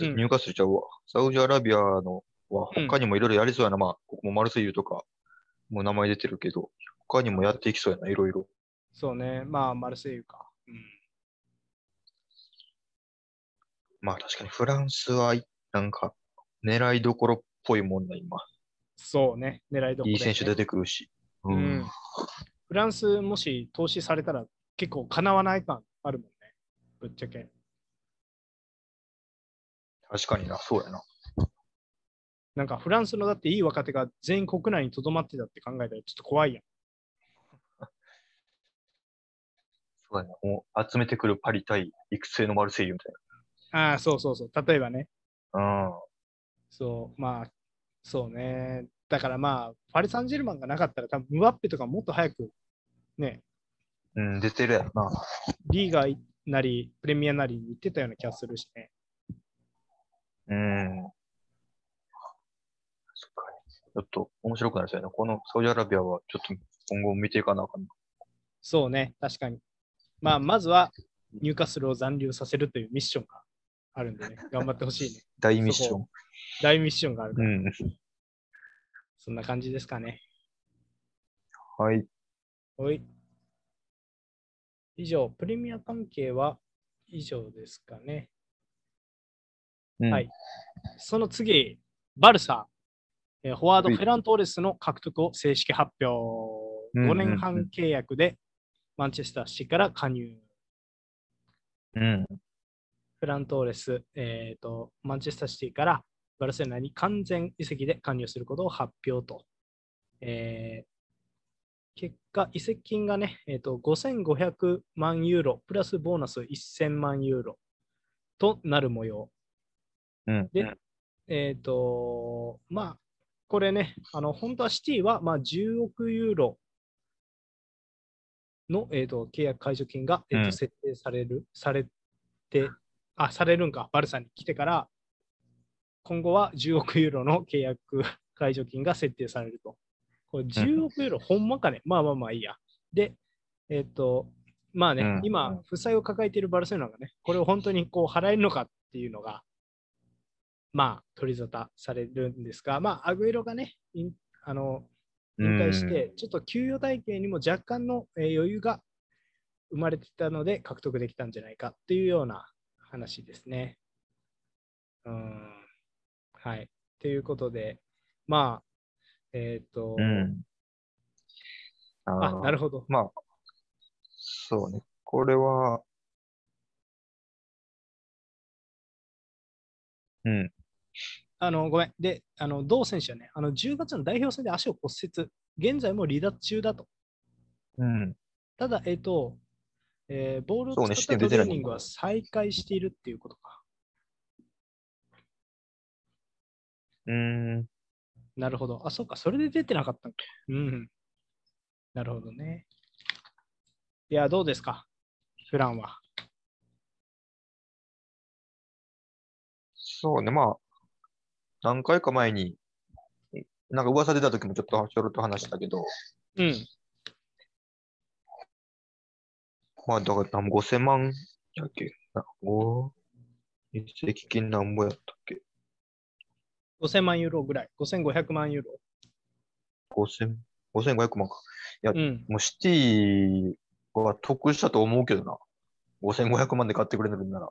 S2: ル、
S1: うん
S2: ニューカッスルちゃうわ。サウジアラビアのは
S1: うん
S2: 他にもいろいろやりそうやな。まあ、ここもマルセイユとか、もう名前出てるけど、他にもやっていきそうやな、いろいろ。
S1: そうね。まあ、マルセイユか。
S2: まあ確かにフランスは、なんか、狙いどころっぽいもんな、今。
S1: そうね。狙いどころ、
S2: いい選手出てくるし。う。
S1: うんん。フランス、もし投資されたら、結構かなわない感あるもんね。ぶっちゃけ。
S2: 確かにな、そうやな。
S1: なんか、フランスのだっていい若手が全員国内にとどまってたって考えたら、ちょっと怖いやん。
S2: そうやな。もう集めてくるパリ対育成のマルセイユみたい
S1: ああ、そうそうそう。例えばね。
S2: な。
S1: そう、まあ、そうね。だからまあ、パリ・サンジェルマンがなかったら、多分ムバッペとかもっと早く、ね、
S2: うん。うん、出てるやろな。
S1: リーガーなり、プレミアなりに行ってたような気がするしね。
S2: うん。そっか。ちょっと面白くなりそうやな。このサウジアラビアはちょっと今後見ていかなあかんな。
S1: そうね、確かに。まあ、まずは入荷するを残留させるというミッションがあるん でね、頑張ってほしいね。
S2: 大ミッシ
S1: そこ
S2: ョン。
S1: 大ミッションがあるか
S2: う
S1: ら、
S2: ん。
S1: そんな感じですかね。
S2: はい。
S1: はい。以上、プレミア関係は以上ですかね。
S2: うん
S1: はいその次、バルサ、えーフォワード、
S2: はい
S1: フェラントーレスの獲得を正式発表。
S2: うんうん
S1: 5
S2: うん
S1: 年半契約でマンチェスターシティから加入。
S2: うん。
S1: フラントーレス、えーと、マンチェスターシティからバルセロナに完全移籍で加入することを発表と。えー結果、移籍金がね、えーと、5500万ユーロ、プラスボーナス1000万ユーロとなる模様。
S2: うん。
S1: でえっ、と、まあ、これね、あの、本当はシティは、まあ、10億ユーロの、えー、と契約解除金が、えーと
S2: うん
S1: 設定される、されて、あ、されるんか、バルサに来てから、今後は10億ユーロの契約解除金が設定されると。これ10億ユーロ、ほんまかね。まあまあまあいいや。で、えっ、と、まあね、
S2: うん
S1: 今、負債を抱えているバルセロナがね、これを本当にこう払えるのかっていうのが、まあ、取り沙汰されるんですが、まあ、アグエロがね、引あの引退して、ちょっと給与体系にも若干のえー余裕が生まれてたので、獲得できたんじゃないかっていうような話ですね。うーん。はい。ということで、まあ、えっ、と、
S2: うん。うん。
S1: あ、なる
S2: ほ
S1: ほど。
S2: まあ、そうね。これは、うん。
S1: あの、ごめん。で、あの、同選手はね、あの、10月の代表戦で足を骨折。現在も離脱中だと。
S2: うん。
S1: ただ、えっ、と、えーボール
S2: そ
S1: を
S2: うね
S1: 使った
S2: 試験
S1: ト
S2: 出て
S1: レ
S2: な
S1: ー
S2: いもん
S1: ニングは再開しているっていうことか。
S2: うん。
S1: なるほど。あ、そうか。それで出てなかったんか。うん。なるほどね。いや、どうですかフランは。
S2: そうね。まあ、何回か前に、なんか噂出た時もちょっとちょろっと話したけど、
S1: うん。
S2: まあ、だからなんぼ5000万やっけな、お一石金なんぼやったっけ
S1: 5000万ユーロぐらい。5500万ユーロ。
S2: ?5000、5500万か。
S1: うん。
S2: もうシティは得したと思うけどな。5500万で買ってくれるんなら。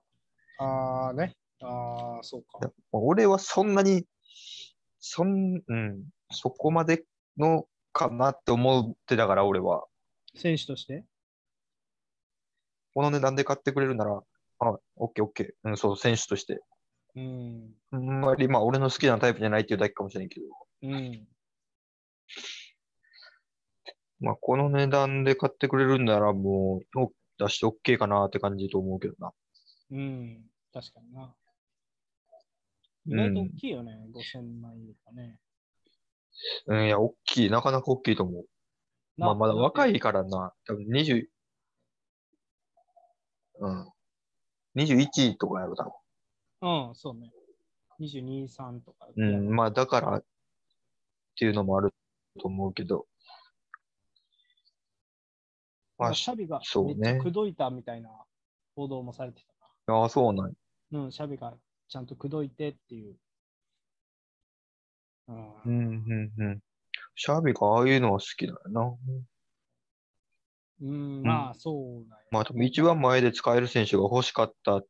S1: あーね。あー、そうか。
S2: 俺はそんなに、そん、うん、そこまでのかなって思ってたから、俺は。
S1: 選手として
S2: この値段で買ってくれるなら、あ、オッケーオッケー。うん、そう、選手として。
S1: うん。
S2: あんまり、まあ、俺の好きなタイプじゃないっていうだけかもしれんけど、
S1: うん。
S2: まあ、この値段で買ってくれるんなら、もう、お出してオッケーかなって感じと思うけどな。
S1: うん。確かにな。
S2: ん
S1: 意外と大きいよね。5000万ユーロね。
S2: うん、いや、大きい。なかなか大きいと思う。まあ、まだ若いからな。多分20、うん。21とかやろ、多
S1: うん、そうね。22、3とか。
S2: 分。うん、まあ、だから、っていうのもあると思うけど。
S1: な
S2: まあ
S1: んか、シャビが
S2: そう
S1: め
S2: ね
S1: っちゃ口説いたみたいな報道もされてたな。
S2: ああ、そうなんや。
S1: うん、シャビがちゃんと口説いてっていう。うん
S2: うん、うん、うん。シャービーがああいうのは好きだよな。
S1: うん、まあそうなんや。
S2: まあ、多分一番前で使える選手が欲しかったっ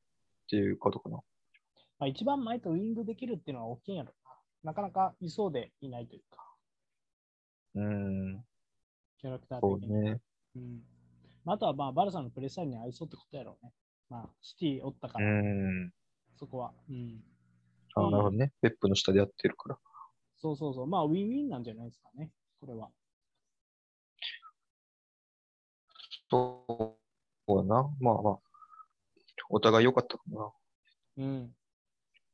S2: ていうことかな。
S1: まあ一番前とウィングできるっていうのは大きいんやろな。なかなかいそうでいないというか、
S2: うん、
S1: キャラクター
S2: そう
S1: 的に。
S2: ね。
S1: うんまああとはまあバルサのプレッシャーに合いそうってことやろうね。まあシティおったか
S2: う
S1: ら、
S2: ん。
S1: そこは。うん。
S2: ああ、なるほどね。ペップの下でやってるから。
S1: そうそうそう。まあウィンウィンなんじゃないですかね。これは。
S2: そうだな。まあまあ。お互い良かったかも
S1: うん。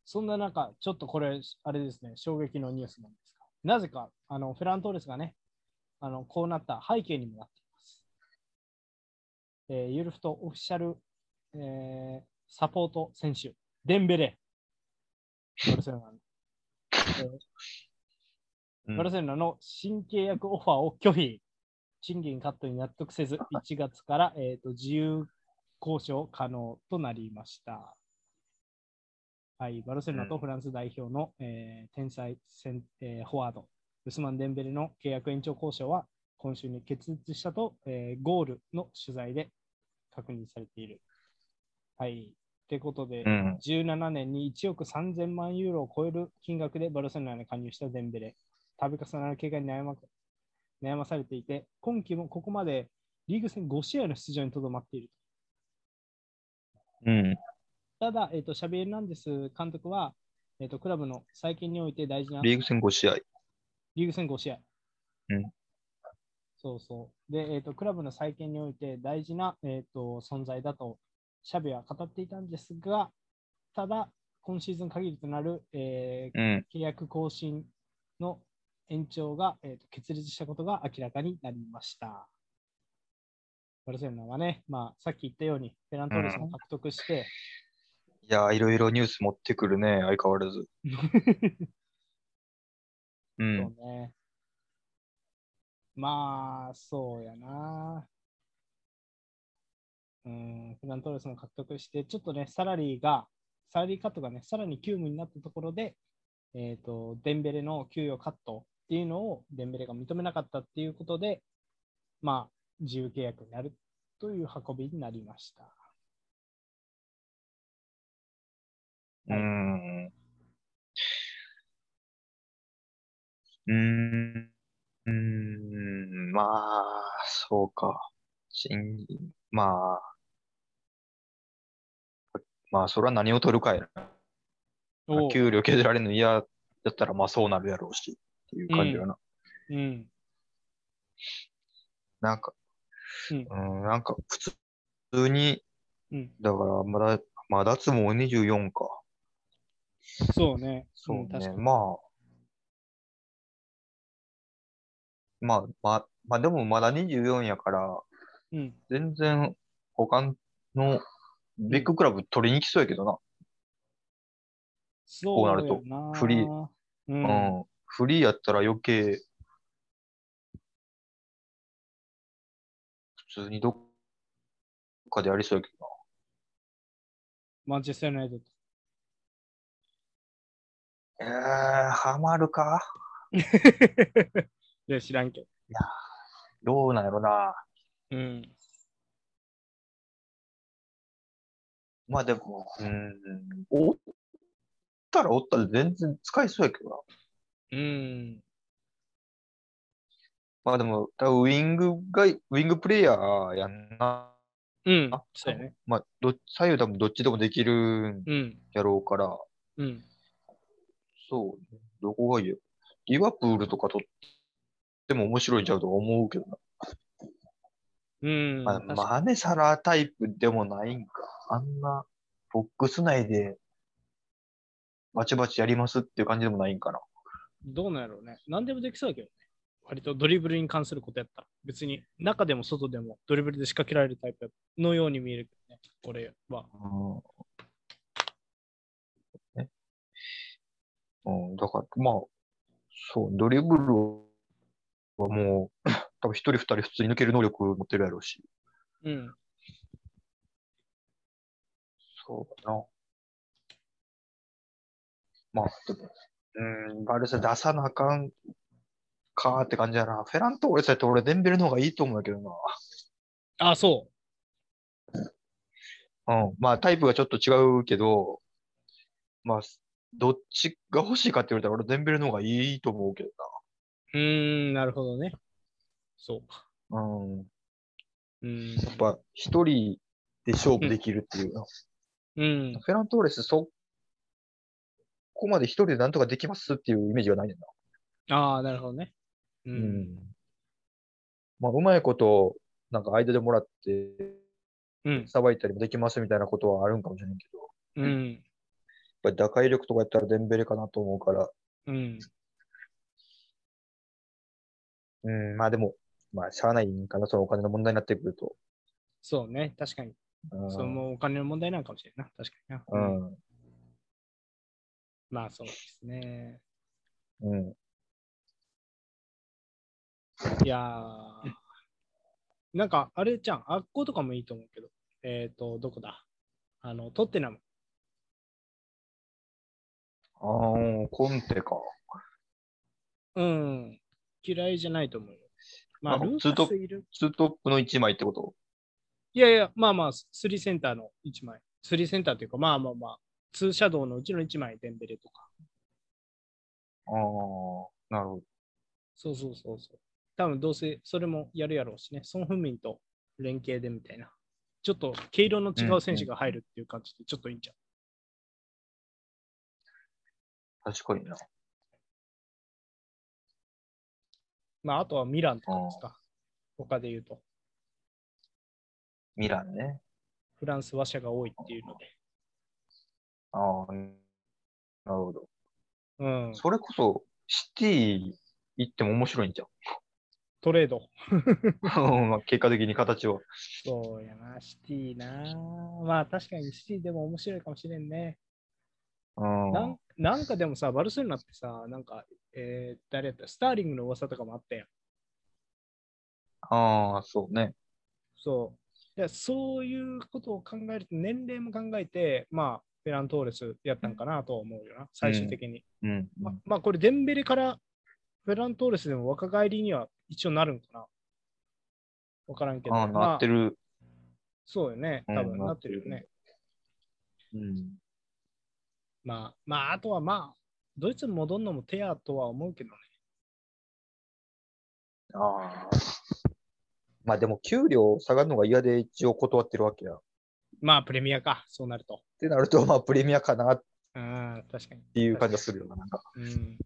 S1: そんな中、ちょっとこれ、あれですね、衝撃のニュースなんですが、なぜか、あの、フェラントーレスがね、あの、こうなった背景にもなっています。えーユルフとオフィシャル、えーサポート選手、デンベレ。バルセロナの
S2: な。
S1: バルセロナの新契約オファーを拒否。賃金カットに納得せず、1月から、えー、と自由交渉可能となりました。はい、バルセロナとフランス代表の、えー天才セン、えーフォワード、ウスマン・デンベレの契約延長交渉は今週に決裂したと、えーゴールの取材で確認されている。はい、ってことで、
S2: うん。
S1: 17年に1億3000万ユーロを超える金額でバルセロナに加入したデンベレ。度重なる怪我に悩ま悩まされていて、今季もここまでリーグ戦5試合の出場にとどまっている。
S2: うん。
S1: ただ、えっとシャビエル・ナンデス監督は、えっとクラブの再建において大事な
S2: リーグ戦5試合。
S1: リーグ戦5試合。
S2: うん
S1: そうそう。で、えっ、と、クラブの再建において大事な、えっ、と、存在だと、シャビは語っていたんですが、ただ、今シーズン限りとなる、えー
S2: うん。
S1: 契約更新の延長が、えーと決裂したことが明らかになりました。バルセロナはね、まあ、さっき言ったように、ペラントーレスも獲得して、
S2: いやー、いろいろニュース持ってくるね。相変わらず。う
S1: そ
S2: ん。
S1: うね。まあ、そうやな。うん、フラントーレスも獲得して、ちょっとね、サラリーが、サラリーカットがね、さらに急務になったところで、えっ、と、デンベレの給与カットっていうのをデンベレが認めなかったっていうことで、まあ、自由契約になるという運びになりました。
S2: うーん。うーん。うーん。まあ、そうか。賃金。まあ。まあ、それは何を取るかやな。
S1: おう
S2: 給料削られるの嫌だったら、まあそうなるやろうし、っていう感じやな。
S1: うん。
S2: なんか、
S1: うん
S2: うん、なんか普通普通に、
S1: うん。
S2: だからまだ、まあ脱毛24か。
S1: そうね。
S2: そ
S1: ん
S2: う
S1: 確
S2: ね。
S1: かに。
S2: まあ。まあ、まあ、まあでもまだ24やから、
S1: うん。
S2: 全然他のビッグクラブ取りに来そうやけどな。
S1: そう
S2: なると
S1: やな
S2: フリー。
S1: う。
S2: うんん。フリーやったら余計、普通にどっかでやりそうやけど
S1: マンチェスター・ユナイテッド。
S2: な。えー、ハマるか
S1: いや、知らんけど。
S2: どうなんやろな。
S1: うん。
S2: まあでも、うん、おったらおったら全然使いそうやけどな。
S1: うん。
S2: まあでも、多分ウィングが、ウィングプレイヤーやんな。
S1: うん
S2: あ。
S1: そうやね。
S2: まあ、ど左右多分どっちでもできるん
S1: うん。
S2: やろうから、
S1: うん。
S2: そう、どこがいいよ。リバプールとか取っても面白いんちゃうと思うけどな。
S1: うん。
S2: まあ、
S1: 確かに
S2: マネサラータイプでもないんか。あんな、ボックス内で、バチバチやりますっていう感じでもないんかな。
S1: どうなんやろうね。何でもできそうだけどね。割とドリブルに関することやったら。別に中でも外でもドリブルで仕掛けられるタイプのように見えるけどね。これは。
S2: うん。ねうん、だから、まあ、そう、ドリブルはもう、多分一人二人普通に抜ける能力持ってるやろうし。
S1: うん。
S2: そうだな。まあ、でも、うん、バルセ出さなあかんかーって感じやな。フェラントーレスやったら俺、デンベルの方がいいと思うんだけど
S1: あ、そ
S2: な。うん、まあ、タイプがちょっと違うけど、まあ、どっちが欲しいかって言われたら俺、デンベルの方がいいと思うけどな。
S1: う。うーん、なるほどね。そうか。
S2: うん、や
S1: うん。
S2: っぱ一人で勝負できるっていうな。
S1: うん。
S2: フェラントーレス、そこまで一人でなんとかできますっていうイメージがないねんだ
S1: ああ、なるほどね。う。。
S2: うんまあ、うまいこと、なんか間でもらって、
S1: うん。
S2: さばいたりもできますみたいなことはあるんかもしれないけど、
S1: うん。
S2: やっぱり打開力とかやったらデンベレかなと思うから、
S1: うん。
S2: うん、まあでも、まあ、しゃあないんかな、そのお金の問題になってくると。
S1: そうね。確かに。
S2: うん。
S1: そのお金の問題なのかもしれんないな。確か
S2: う
S1: にな。
S2: ん。
S1: まあそうですね。
S2: うん。
S1: いやー。 なんか、あれじゃん。あっことかもいいと思うけど。えっ、と、どこだあの、トッテナム。
S2: あーコンテか。
S1: うん。嫌いじゃないと思うよ。まあ、
S2: まあ
S1: ル
S2: ツー
S1: ー
S2: ト
S1: カ
S2: ップ
S1: スいる。
S2: ツートップの1枚ってこと
S1: いやいや、まあまあ、スリーセンターの1枚。スリーセンターというか、まあまあまあ、ツーシャドウのうちの1枚、デンベレとか。
S2: ああ、なるほど。
S1: そうそうそうそう。多分どうせそれもやるやろうしね。ソン・フンミンと連携でみたいな。ちょっと毛色の違う選手が入るっていう感じで、ちょっといいんじゃん。
S2: 確かにな。
S1: まあ、あとはミランとかですか。他で言うと、
S2: ミランね。
S1: フランス話者が多いっていうので。
S2: ああ、なるほど。
S1: うん。
S2: それこそ、シティ行っても面白いんじゃん。
S1: トレード。
S2: まあ結果的に形は。
S1: そうやな、シティな。まあ、確かにシティでも面白いかもしれんね。
S2: うん。
S1: なんなんかでもさ、バルセロナってさ、なんか、えー誰やったスターリングの噂とかもあったやん。
S2: ああ、そうね。
S1: そう。でそういうことを考えると、年齢も考えて、まあ、フェラントーレスやったんかなとは思うよな、最終的に。
S2: うん。
S1: ままあ、これ、デンベレからフェラントーレスでも若返りには一応なるんかな。わからんけど。
S2: ああ、
S1: ま
S2: なってる。
S1: そうよね。
S2: うん
S1: 多分な
S2: な
S1: っ
S2: ってて
S1: る
S2: る
S1: よね。
S2: うん。
S1: まあ、まあ、あとはまあ、ドイツに戻るのも手やとは思うけどね。
S2: ああ。まあでも、給料下がるのが嫌で一応断ってるわけや。っ
S1: まあ、プレミアか、そうなると。
S2: てなると、まあ、プレミアかなっ
S1: うん、確かに。
S2: ていう感じがするよな。なんか
S1: うん、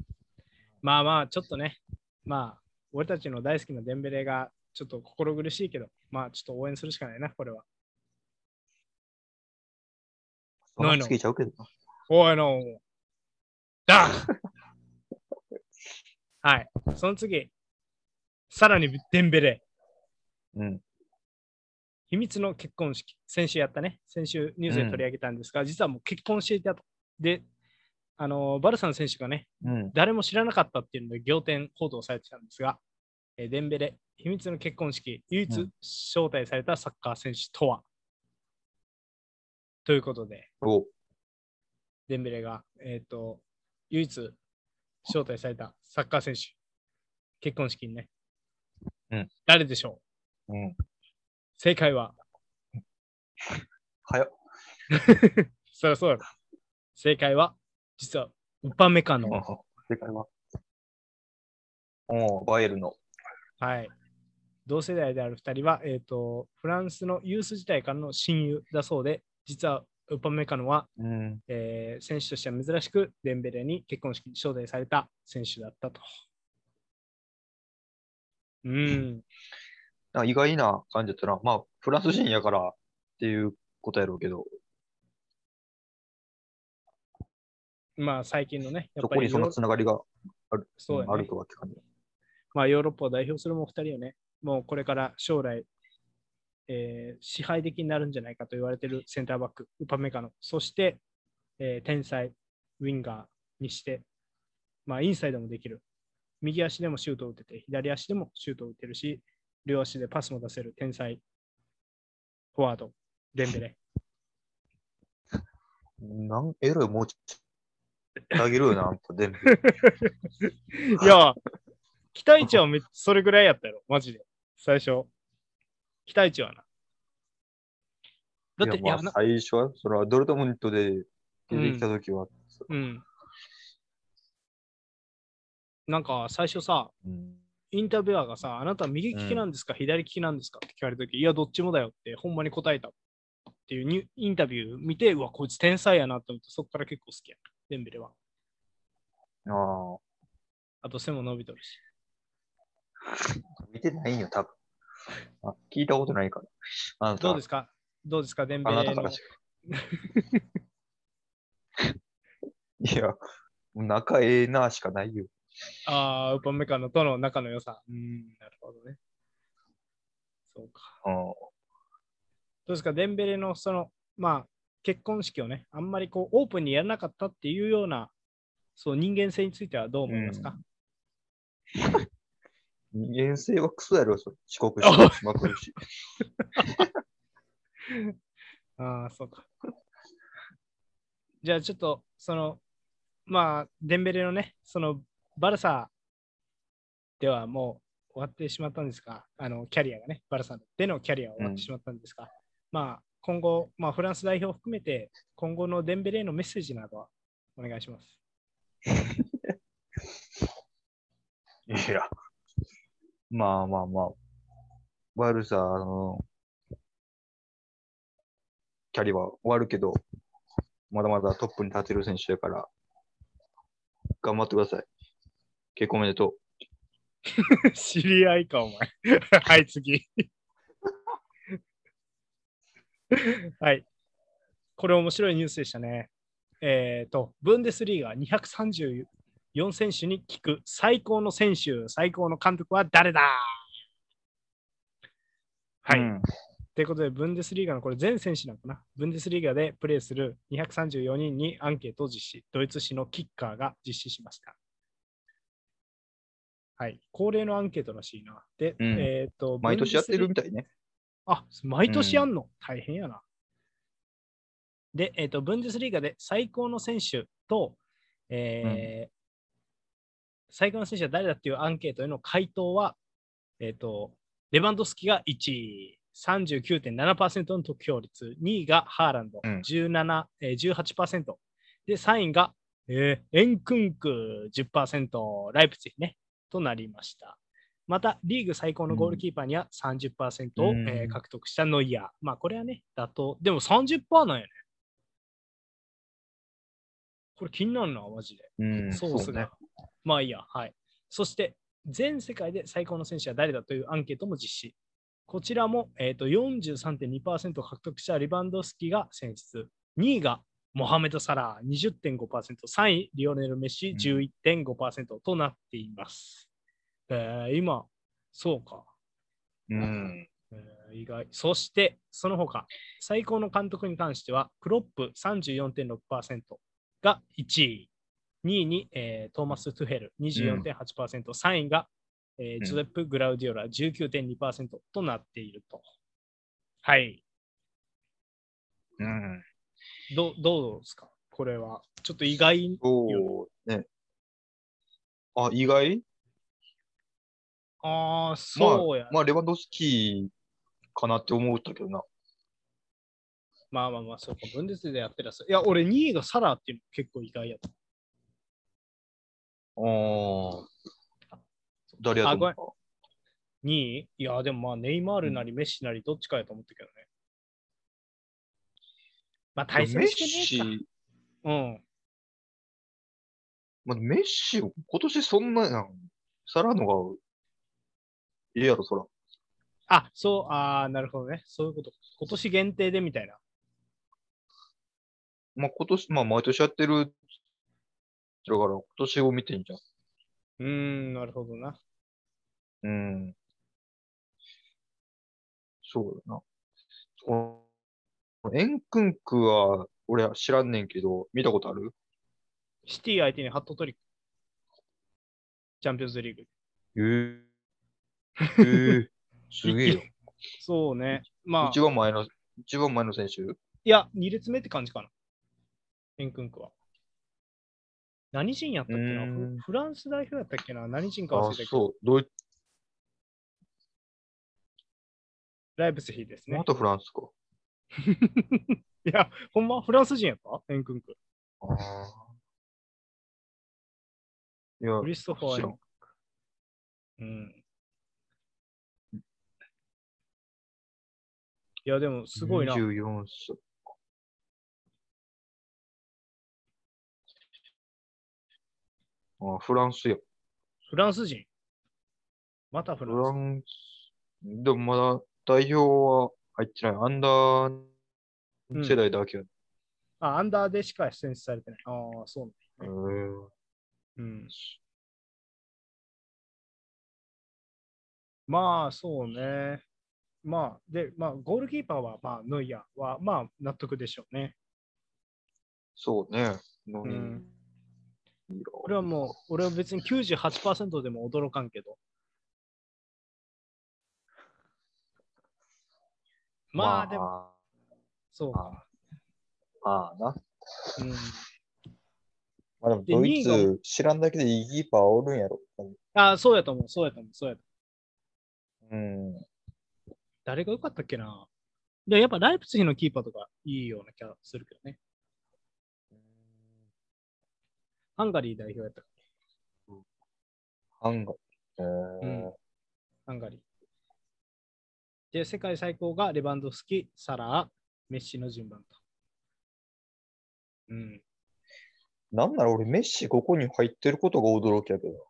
S1: まあまあ、ちょっとね、まあ、俺たちの大好きなデンベレが、ちょっと心苦しいけど、まあ、ちょっと応援するしかないな、これは。
S2: そんな
S1: ないの
S2: つけちゃうけどな。
S1: おいの。だ はい、その次、さらにデンベレ。
S2: うん。
S1: 秘密の結婚式、先週やったね、先週ニュースで取り上げたんですが、実はもう結婚していたと。で、あのバルサの選手がね、
S2: うん。
S1: 誰も知らなかったっていうので仰天報道されてたんですが、えーデンベレ、秘密の結婚式、唯
S2: う
S1: 一
S2: ん
S1: 招待されたサッカー選手とは、ということで、
S2: お
S1: デンベレが、えっ、と、唯一招待されたサッカー選手、結婚式にね、
S2: うん
S1: 誰でしょう
S2: うん。
S1: 正解は、
S2: はや。
S1: そりゃそうだろ。正解は、実は、ウパメカ
S2: う
S1: の
S2: ん、正解は。おおバイエルの。
S1: はい。同世代である2人は、えーと、フランスのユース時代からの親友だそうで、実はウパメカノは、
S2: うん。
S1: えー選手としては珍しくデンベレに結婚式に招待された選手だったと。うん、
S2: なんか意外な感じだったな。まあ、フランス人やからっていうことやろうけど、
S1: まあ最近のね、や
S2: そ
S1: っぱ
S2: こ
S1: りヨ
S2: にそ
S1: ー
S2: の
S1: ロ
S2: つながりが
S1: そう
S2: あ
S1: だ
S2: る
S1: ね
S2: とはって感じ。
S1: まあ、ヨーロッパを代表するも2人よね。もうこれから将来、えー支配的になるんじゃないかと言われているセンターバック、ウパメカノ。そして、えー天才、ウィンガーにして、まあ、インサイドもできる。右足でもシュートを打てて、左足でもシュートを打てるし、両足でパスも出せる天才、フォワード、デンベレ。
S2: なん、えらい、もうちょっとあげるよな、あんた、 全部。
S1: いや、期待値はめっそれぐらいやったやろ、マジで。最初。期待値はな。だって、い
S2: いや
S1: や、
S2: ま
S1: な
S2: あ、最初は、それはドルトムントで出てきたときは、
S1: うん。なんか最初さ、
S2: うん
S1: インタビュアーがさ、あなた右利きなんですか、左利きなんですかって聞かれたとき、いや、どっちもだよって、ほんまに答えたっていうニュインタビュー見て、うわ、こいつ天才やなって思って、そこから結構好きや。デンベレは。
S2: あ
S1: あと背も伸びとるし。
S2: あ、見てないよ、多分あ聞いたことないから。あなた、
S1: どうですかどうですかデンベ
S2: あな
S1: レ
S2: たから
S1: の
S2: し。か。 いや、仲ええなしかないよ。
S1: ああ、ウパメカノとの仲の良さ。うん、なるほどね。そうか。
S2: うん
S1: どうですか、デンベレのその、まあ、結婚式をね、あんまりこうオープンにやらなかったっていうような、そう人間性についてはどう思いますか、
S2: 人間性はクソやろ、それ遅刻してしまくるし。
S1: ああ、そうか。 じゃあちょっと、その、まあ、デンベレのね、その、バルサではもう終わってしまったんですが、あの、キャリアがね、バルサでのキャリアは終わってしまったんですが、まあ、今後、まあ、フランス代表を含めて、今後のデンベレへのメッセージなどはお願いします。
S2: いや、まあまあまあ、悪さ、あの、キャリは終わるけど、まだまだトップに立てる選手やから、頑張ってください。結婚おめでと
S1: 知り合いか、お前。 はい、次。はい。これ面白いニュースでしたね。えっ、と、ブンデスリーガー234選手に聞く最高の選手、最高の監督は誰だ
S2: う。
S1: はい。
S2: うん
S1: ということで、ブンデスリーガのこれ全選手なのかなブンデスリーガでプレーする234人にアンケートを実施、ドイツ紙のキッカーが実施しました。はい。恒例のアンケートらしいな。で、
S2: うん
S1: えっ、と、
S2: 毎年やってるみ
S1: 分離す
S2: たいね。
S1: あ、毎年やんの、大変やな。で、えっ、と、ブンデスリーガで最高の選手と、えー最高の選手は誰だっていうアンケートへの回答は、えっ、と、レバンドフスキが1位、39.7%の得票率、2位がハーランド、
S2: うん
S1: 17えー18%、で、3位が、えーエンクンク10%、ライプツィヒね、となりました。また、リーグ最高のゴールキーパーには30%を、
S2: うん
S1: えー獲得したノイヤー。まあ、これはね、妥当。でも30%なんやね。これ気になるな、マジで。
S2: うん、
S1: ソースが。まあいいや、はい。そして、全世界で最高の選手は誰だというアンケートも実施。こちらも、えー、と43.2%獲得したリバンドフスキが選出。2位がモハメド・サラー20.5%、3位リオネル・メッシ11.5%となっています。えー今、そうか、
S2: そうね。うん。
S1: えー意外。そして、その他、最高の監督に関しては、クロップ34.6%が1位、2位に、えートーマス・トゥヘル24.8%、3位が、えー
S2: うん
S1: ジョゼップ・グラウディオラ19.2%となっていると。はい。
S2: うん。
S1: どうどうですかこれは。ちょっと意外。
S2: そうね。あ、意外
S1: ああ、そうや、
S2: まあ、レバンドフスキーかなって思ったけどな。
S1: まあまあまあ、そうか。分裂でやってらっしゃる。いや、俺2位がサラーっていうの結構意外やった。
S2: ああ。誰やと思
S1: あ
S2: った
S1: 2位いや、でもまあ、ネイマールなりメッシなりどっちかやと思ったけどね。まあ、対戦
S2: メッ
S1: してねえか。
S2: シ、
S1: うん。
S2: まあ、メッシ、今年そんなやん。サラのが、ええやろ、そら。
S1: あ、そう、ああ、なるほどね。そういうことか。今年限定でみたいな。
S2: まあ、今年、まあ、毎年やってる。だから、今年を見てんじゃん。
S1: うーん、なるほどな。
S2: うん。そうだな。このエンクンクは、俺は知らんねんけど、見たことある
S1: シティ相手にハットトリック。チャンピオンズリーグ。
S2: え え。ええ。すげえよ。
S1: そうね。ま
S2: 一
S1: あ、
S2: 番前の、一番前の選手
S1: いや、2列目って感じかな。エンクンクは。何人やったっけな
S2: うーん
S1: フフランス代表やったっけな何人か忘
S2: あ
S1: れたけ、ど、
S2: そう。ドイツ、
S1: ライブスヒーですね
S2: ま。たフランスか。
S1: いや、ほんまフランス人やったエンクンク。
S2: ああ。いや
S1: ク、リストファーエン
S2: 知ら
S1: ク
S2: ん
S1: ンク。うん。いや、でもすごいな。
S2: 24歳。あ、フランスや。
S1: フランス人。またフ
S2: フ
S1: ランス
S2: ラ。ンス。でもまだ代表は入ってない。アンダー
S1: うん
S2: 世代だけや、
S1: あ、アンダーでしか選出されてない。ああ、そう
S2: へえ
S1: ね。うん。まあ、そうね。まあ、で、まあ、ゴールキーパーは、まあ、ノイアーは、まあ、納得でしょうね。
S2: そうね。ノイ
S1: う
S2: ヤ
S1: ん
S2: ー
S1: 俺はもう、俺は別に98%でも驚かんけど。まあでも、
S2: も。
S1: そう
S2: ま
S1: か。
S2: あ、まあな。
S1: うん、
S2: まあでも
S1: で
S2: ドイ
S1: 二位
S2: ツ知らんだけでいいキーパーおるんやろ。
S1: あ、そうやと思う、そうやと思う、そうやと思う。
S2: うん。
S1: 誰が良かったっけなでやっぱライプツヒのキーパーとかいいような気がするけどね。ハンガリー代表やったか
S2: ハンガー。え
S1: う
S2: ー
S1: んハンガリー。で、世界最高がレバンドフスキ、サラー、メッシの順番と。うん。
S2: なんなら俺、メッシここに入ってることが驚きやけど。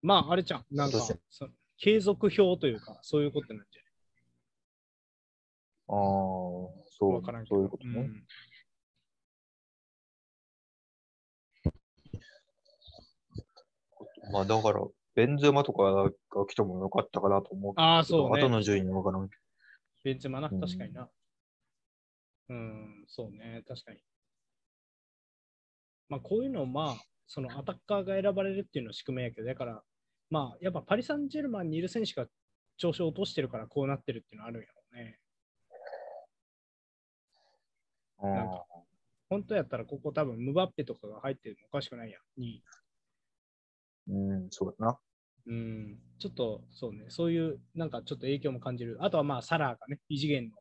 S1: まあ、あれじゃん。なんか
S2: そうですね、
S1: その継続表というか、そういうことなんじゃない
S2: ああ、そ
S1: わ
S2: う、
S1: からんけど。
S2: そういうことね。
S1: ん
S2: まあだから、ベンゼマとかが来てもよかったかなと思うけど。
S1: ああ、そう
S2: 後
S1: ね。
S2: の順位はわからんけ
S1: ベンチマな、
S2: うん
S1: 確かにな。うん、そうね、確かに。まあ、こういうの、まあ、そのアタッカーが選ばれるっていうのは宿命やけど、だから、まあ、やっぱパリ・サンジェルマンにいる選手が調子を落としてるからこうなってるっていうのはあるんやろうね。
S2: うん
S1: なんか本当やったらここ多分ムバッペとかが入ってるのおかしくないやん。に
S2: うん、そうだな。
S1: うん、ちょっとそうね、そういうなんかちょっと影響も感じる。あとはまあサラーがね、異次元の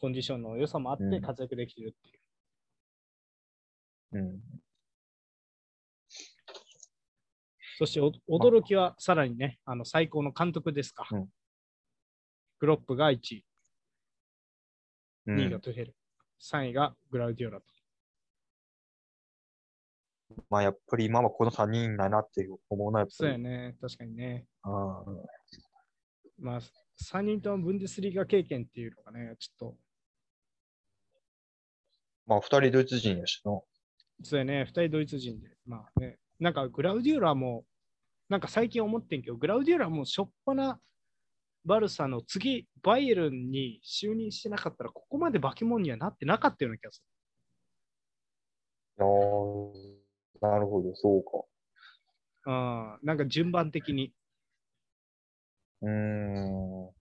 S1: コンディションの良さもあっ
S2: う
S1: て
S2: ん
S1: 活躍できてるっていう。
S2: うん。
S1: そしてお驚きはさらにね、あの最高の監督ですか。
S2: うん
S1: クロップが1位、
S2: う
S1: 2位が
S2: ん、
S1: トゥヘル、3位がグラウディオラと。
S2: まあ、やっぱり今はこの3人だなって思うな、やっ
S1: そ
S2: ぱ
S1: うや
S2: り。
S1: ね、確かにね。
S2: ああ
S1: まあ、3人ともブンデスリーガ経験っていうのがね、ちょっ
S2: まあ、2人ドイツ人やしの。
S1: と、そうやね、2人ドイツ人で、まあね、なんかグラウディオラも、なんか最近思ってんけど、グラウディオラもしょっぱなバルサの次、バイエルンに就任してなかったら、ここまで化け物にはなってなかったような気がす
S2: ああ、なるほど、そうか。
S1: る。うん、なんか順番的に。
S2: うーん。なる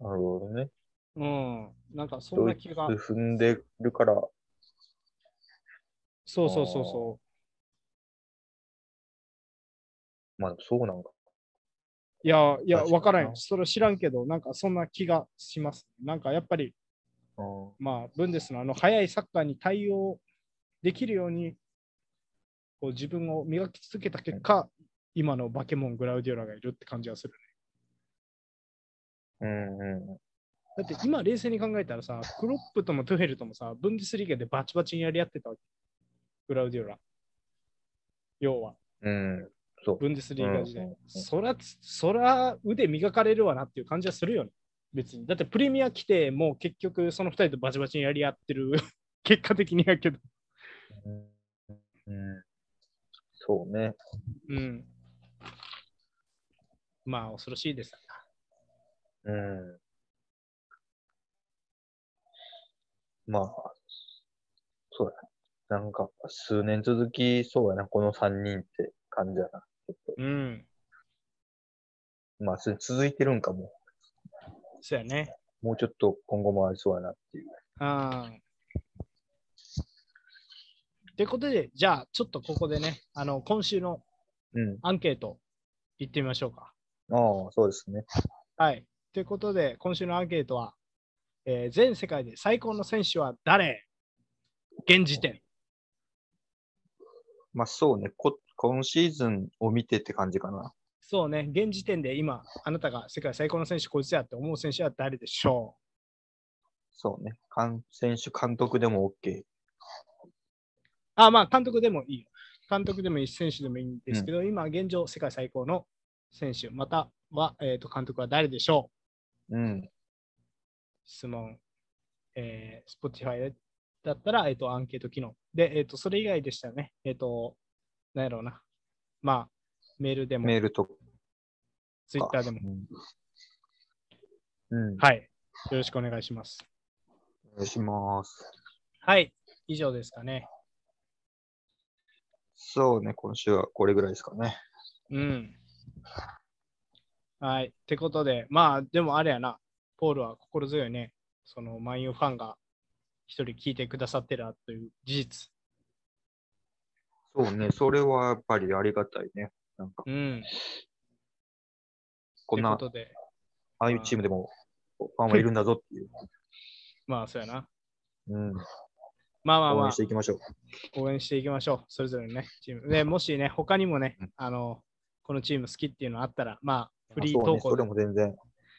S2: ほどね。
S1: うん、なんかそん
S2: ド
S1: な
S2: イ
S1: 気
S2: ツ
S1: が。
S2: 踏んでるから、
S1: そうそうそうそ
S2: まあ、そうなんか。
S1: う。いや、いや、
S2: 確かにな
S1: わからんよ。それ知らんけど、なんかそんな気がします。なんかやっぱり、
S2: うん
S1: まあ、ブンデスのあの速いサッカーに対応できるようにこう自分を磨き続けた結果、今のバケモン・グラウディオラがいるって感じがする、
S2: うんう
S1: ね。だって今、冷静に考えたらさ、クロップともトゥヘルともさ、ブンデスリーガでバチバチにやり合ってたわけ。グラウディオラ。要は、
S2: ん。うん。そう。
S1: ブンデスリーガ時代。
S2: うんうんうん
S1: そらつ、そら腕磨かれるわなっていう感じはするよね。別に。だってプレミア来て、もう結局その2人とバチバチにやり合ってる 結果的にやけど。
S2: うん。そうね。
S1: うん。まあ、恐ろしいです。
S2: うん。まあ、そうやな。なんか、数年続きそうやな、この3人って感じやな。
S1: うん。
S2: まあ、それ続いてるんかも。
S1: そうやね。
S2: もうちょっと今後もありそうやなっていう。
S1: ああ。ってことで、じゃあ、ちょっとここでね、あの、今週の
S2: うん。
S1: アンケート、行ってみましょうか。
S2: ああ、そうですね。
S1: はい。ということで、今週のアンケートは、えー全世界で最高の選手は誰現時点。
S2: まあ、そうね。こ、今シーズンを見てって感じかな。
S1: そうね、現時点で今、あなたが世界最高の選手、こいつやって思う選手は誰でしょ
S2: そうね。監選手、監督でも OK。
S1: うあ、まあ、監督でもいいよ。監督でもいいし、選手でもいいんですけど、今、現状、世界最高の選手、または、えー、と監督は誰でしょう
S2: うん。
S1: 質問、えー、Spotify だったら、えっ、と、アンケート機能。で、えっ、と、それ以外でしたらね。えっ、と、なんやろうな。まあ、メールでも、
S2: メールとか。
S1: Twitter でも。
S2: うん。うん。
S1: はい。よろしくお願いします。
S2: お願いします。
S1: はい。以上ですかね。
S2: そうね。今週はこれぐらいですかね。
S1: うん。はい。ってことで、まあ、でもあれやな。ポールは心強いね。その、万有ファンが一人聞いてくださってるという事実。
S2: そうね、それはやっぱりありがたいね。なんか、
S1: うん。
S2: こん
S1: っ
S2: な
S1: て、ことで、
S2: ああいうチームでも、ファンはいるんだぞっていう。
S1: まあ、そうやな。
S2: うん。
S1: まあまあま
S2: 応
S1: あ
S2: 援し。ていきましょう。
S1: 応援していきましょう、それぞれのね、チーム。で、もしね、他にもね
S2: うん、
S1: あの、このチーム好きっていうのあったら、まあ、フリー
S2: まあそ
S1: 投
S2: うね
S1: 稿
S2: そ
S1: で、
S2: れも全然。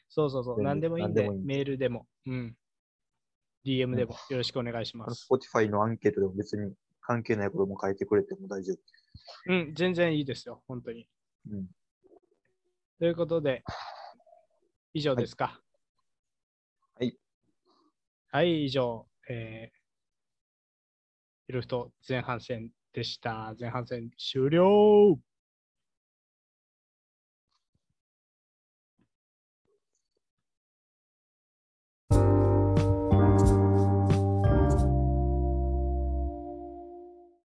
S1: そうそうそう、
S2: 全然
S1: 何でもいいんで、
S2: 何でもいいんで
S1: メールでも、うん、DM でもよろしくお願いし
S2: あ
S1: ま
S2: の
S1: す。
S2: Spotify のアンケートでも別に関係ないことも書いてくれても大丈夫。
S1: うん、全然いいですよ、本当に。
S2: うん。
S1: ということで、以上ですか。
S2: はい。
S1: はい、以上、えー、ヒルフト前半戦でした。前半戦終了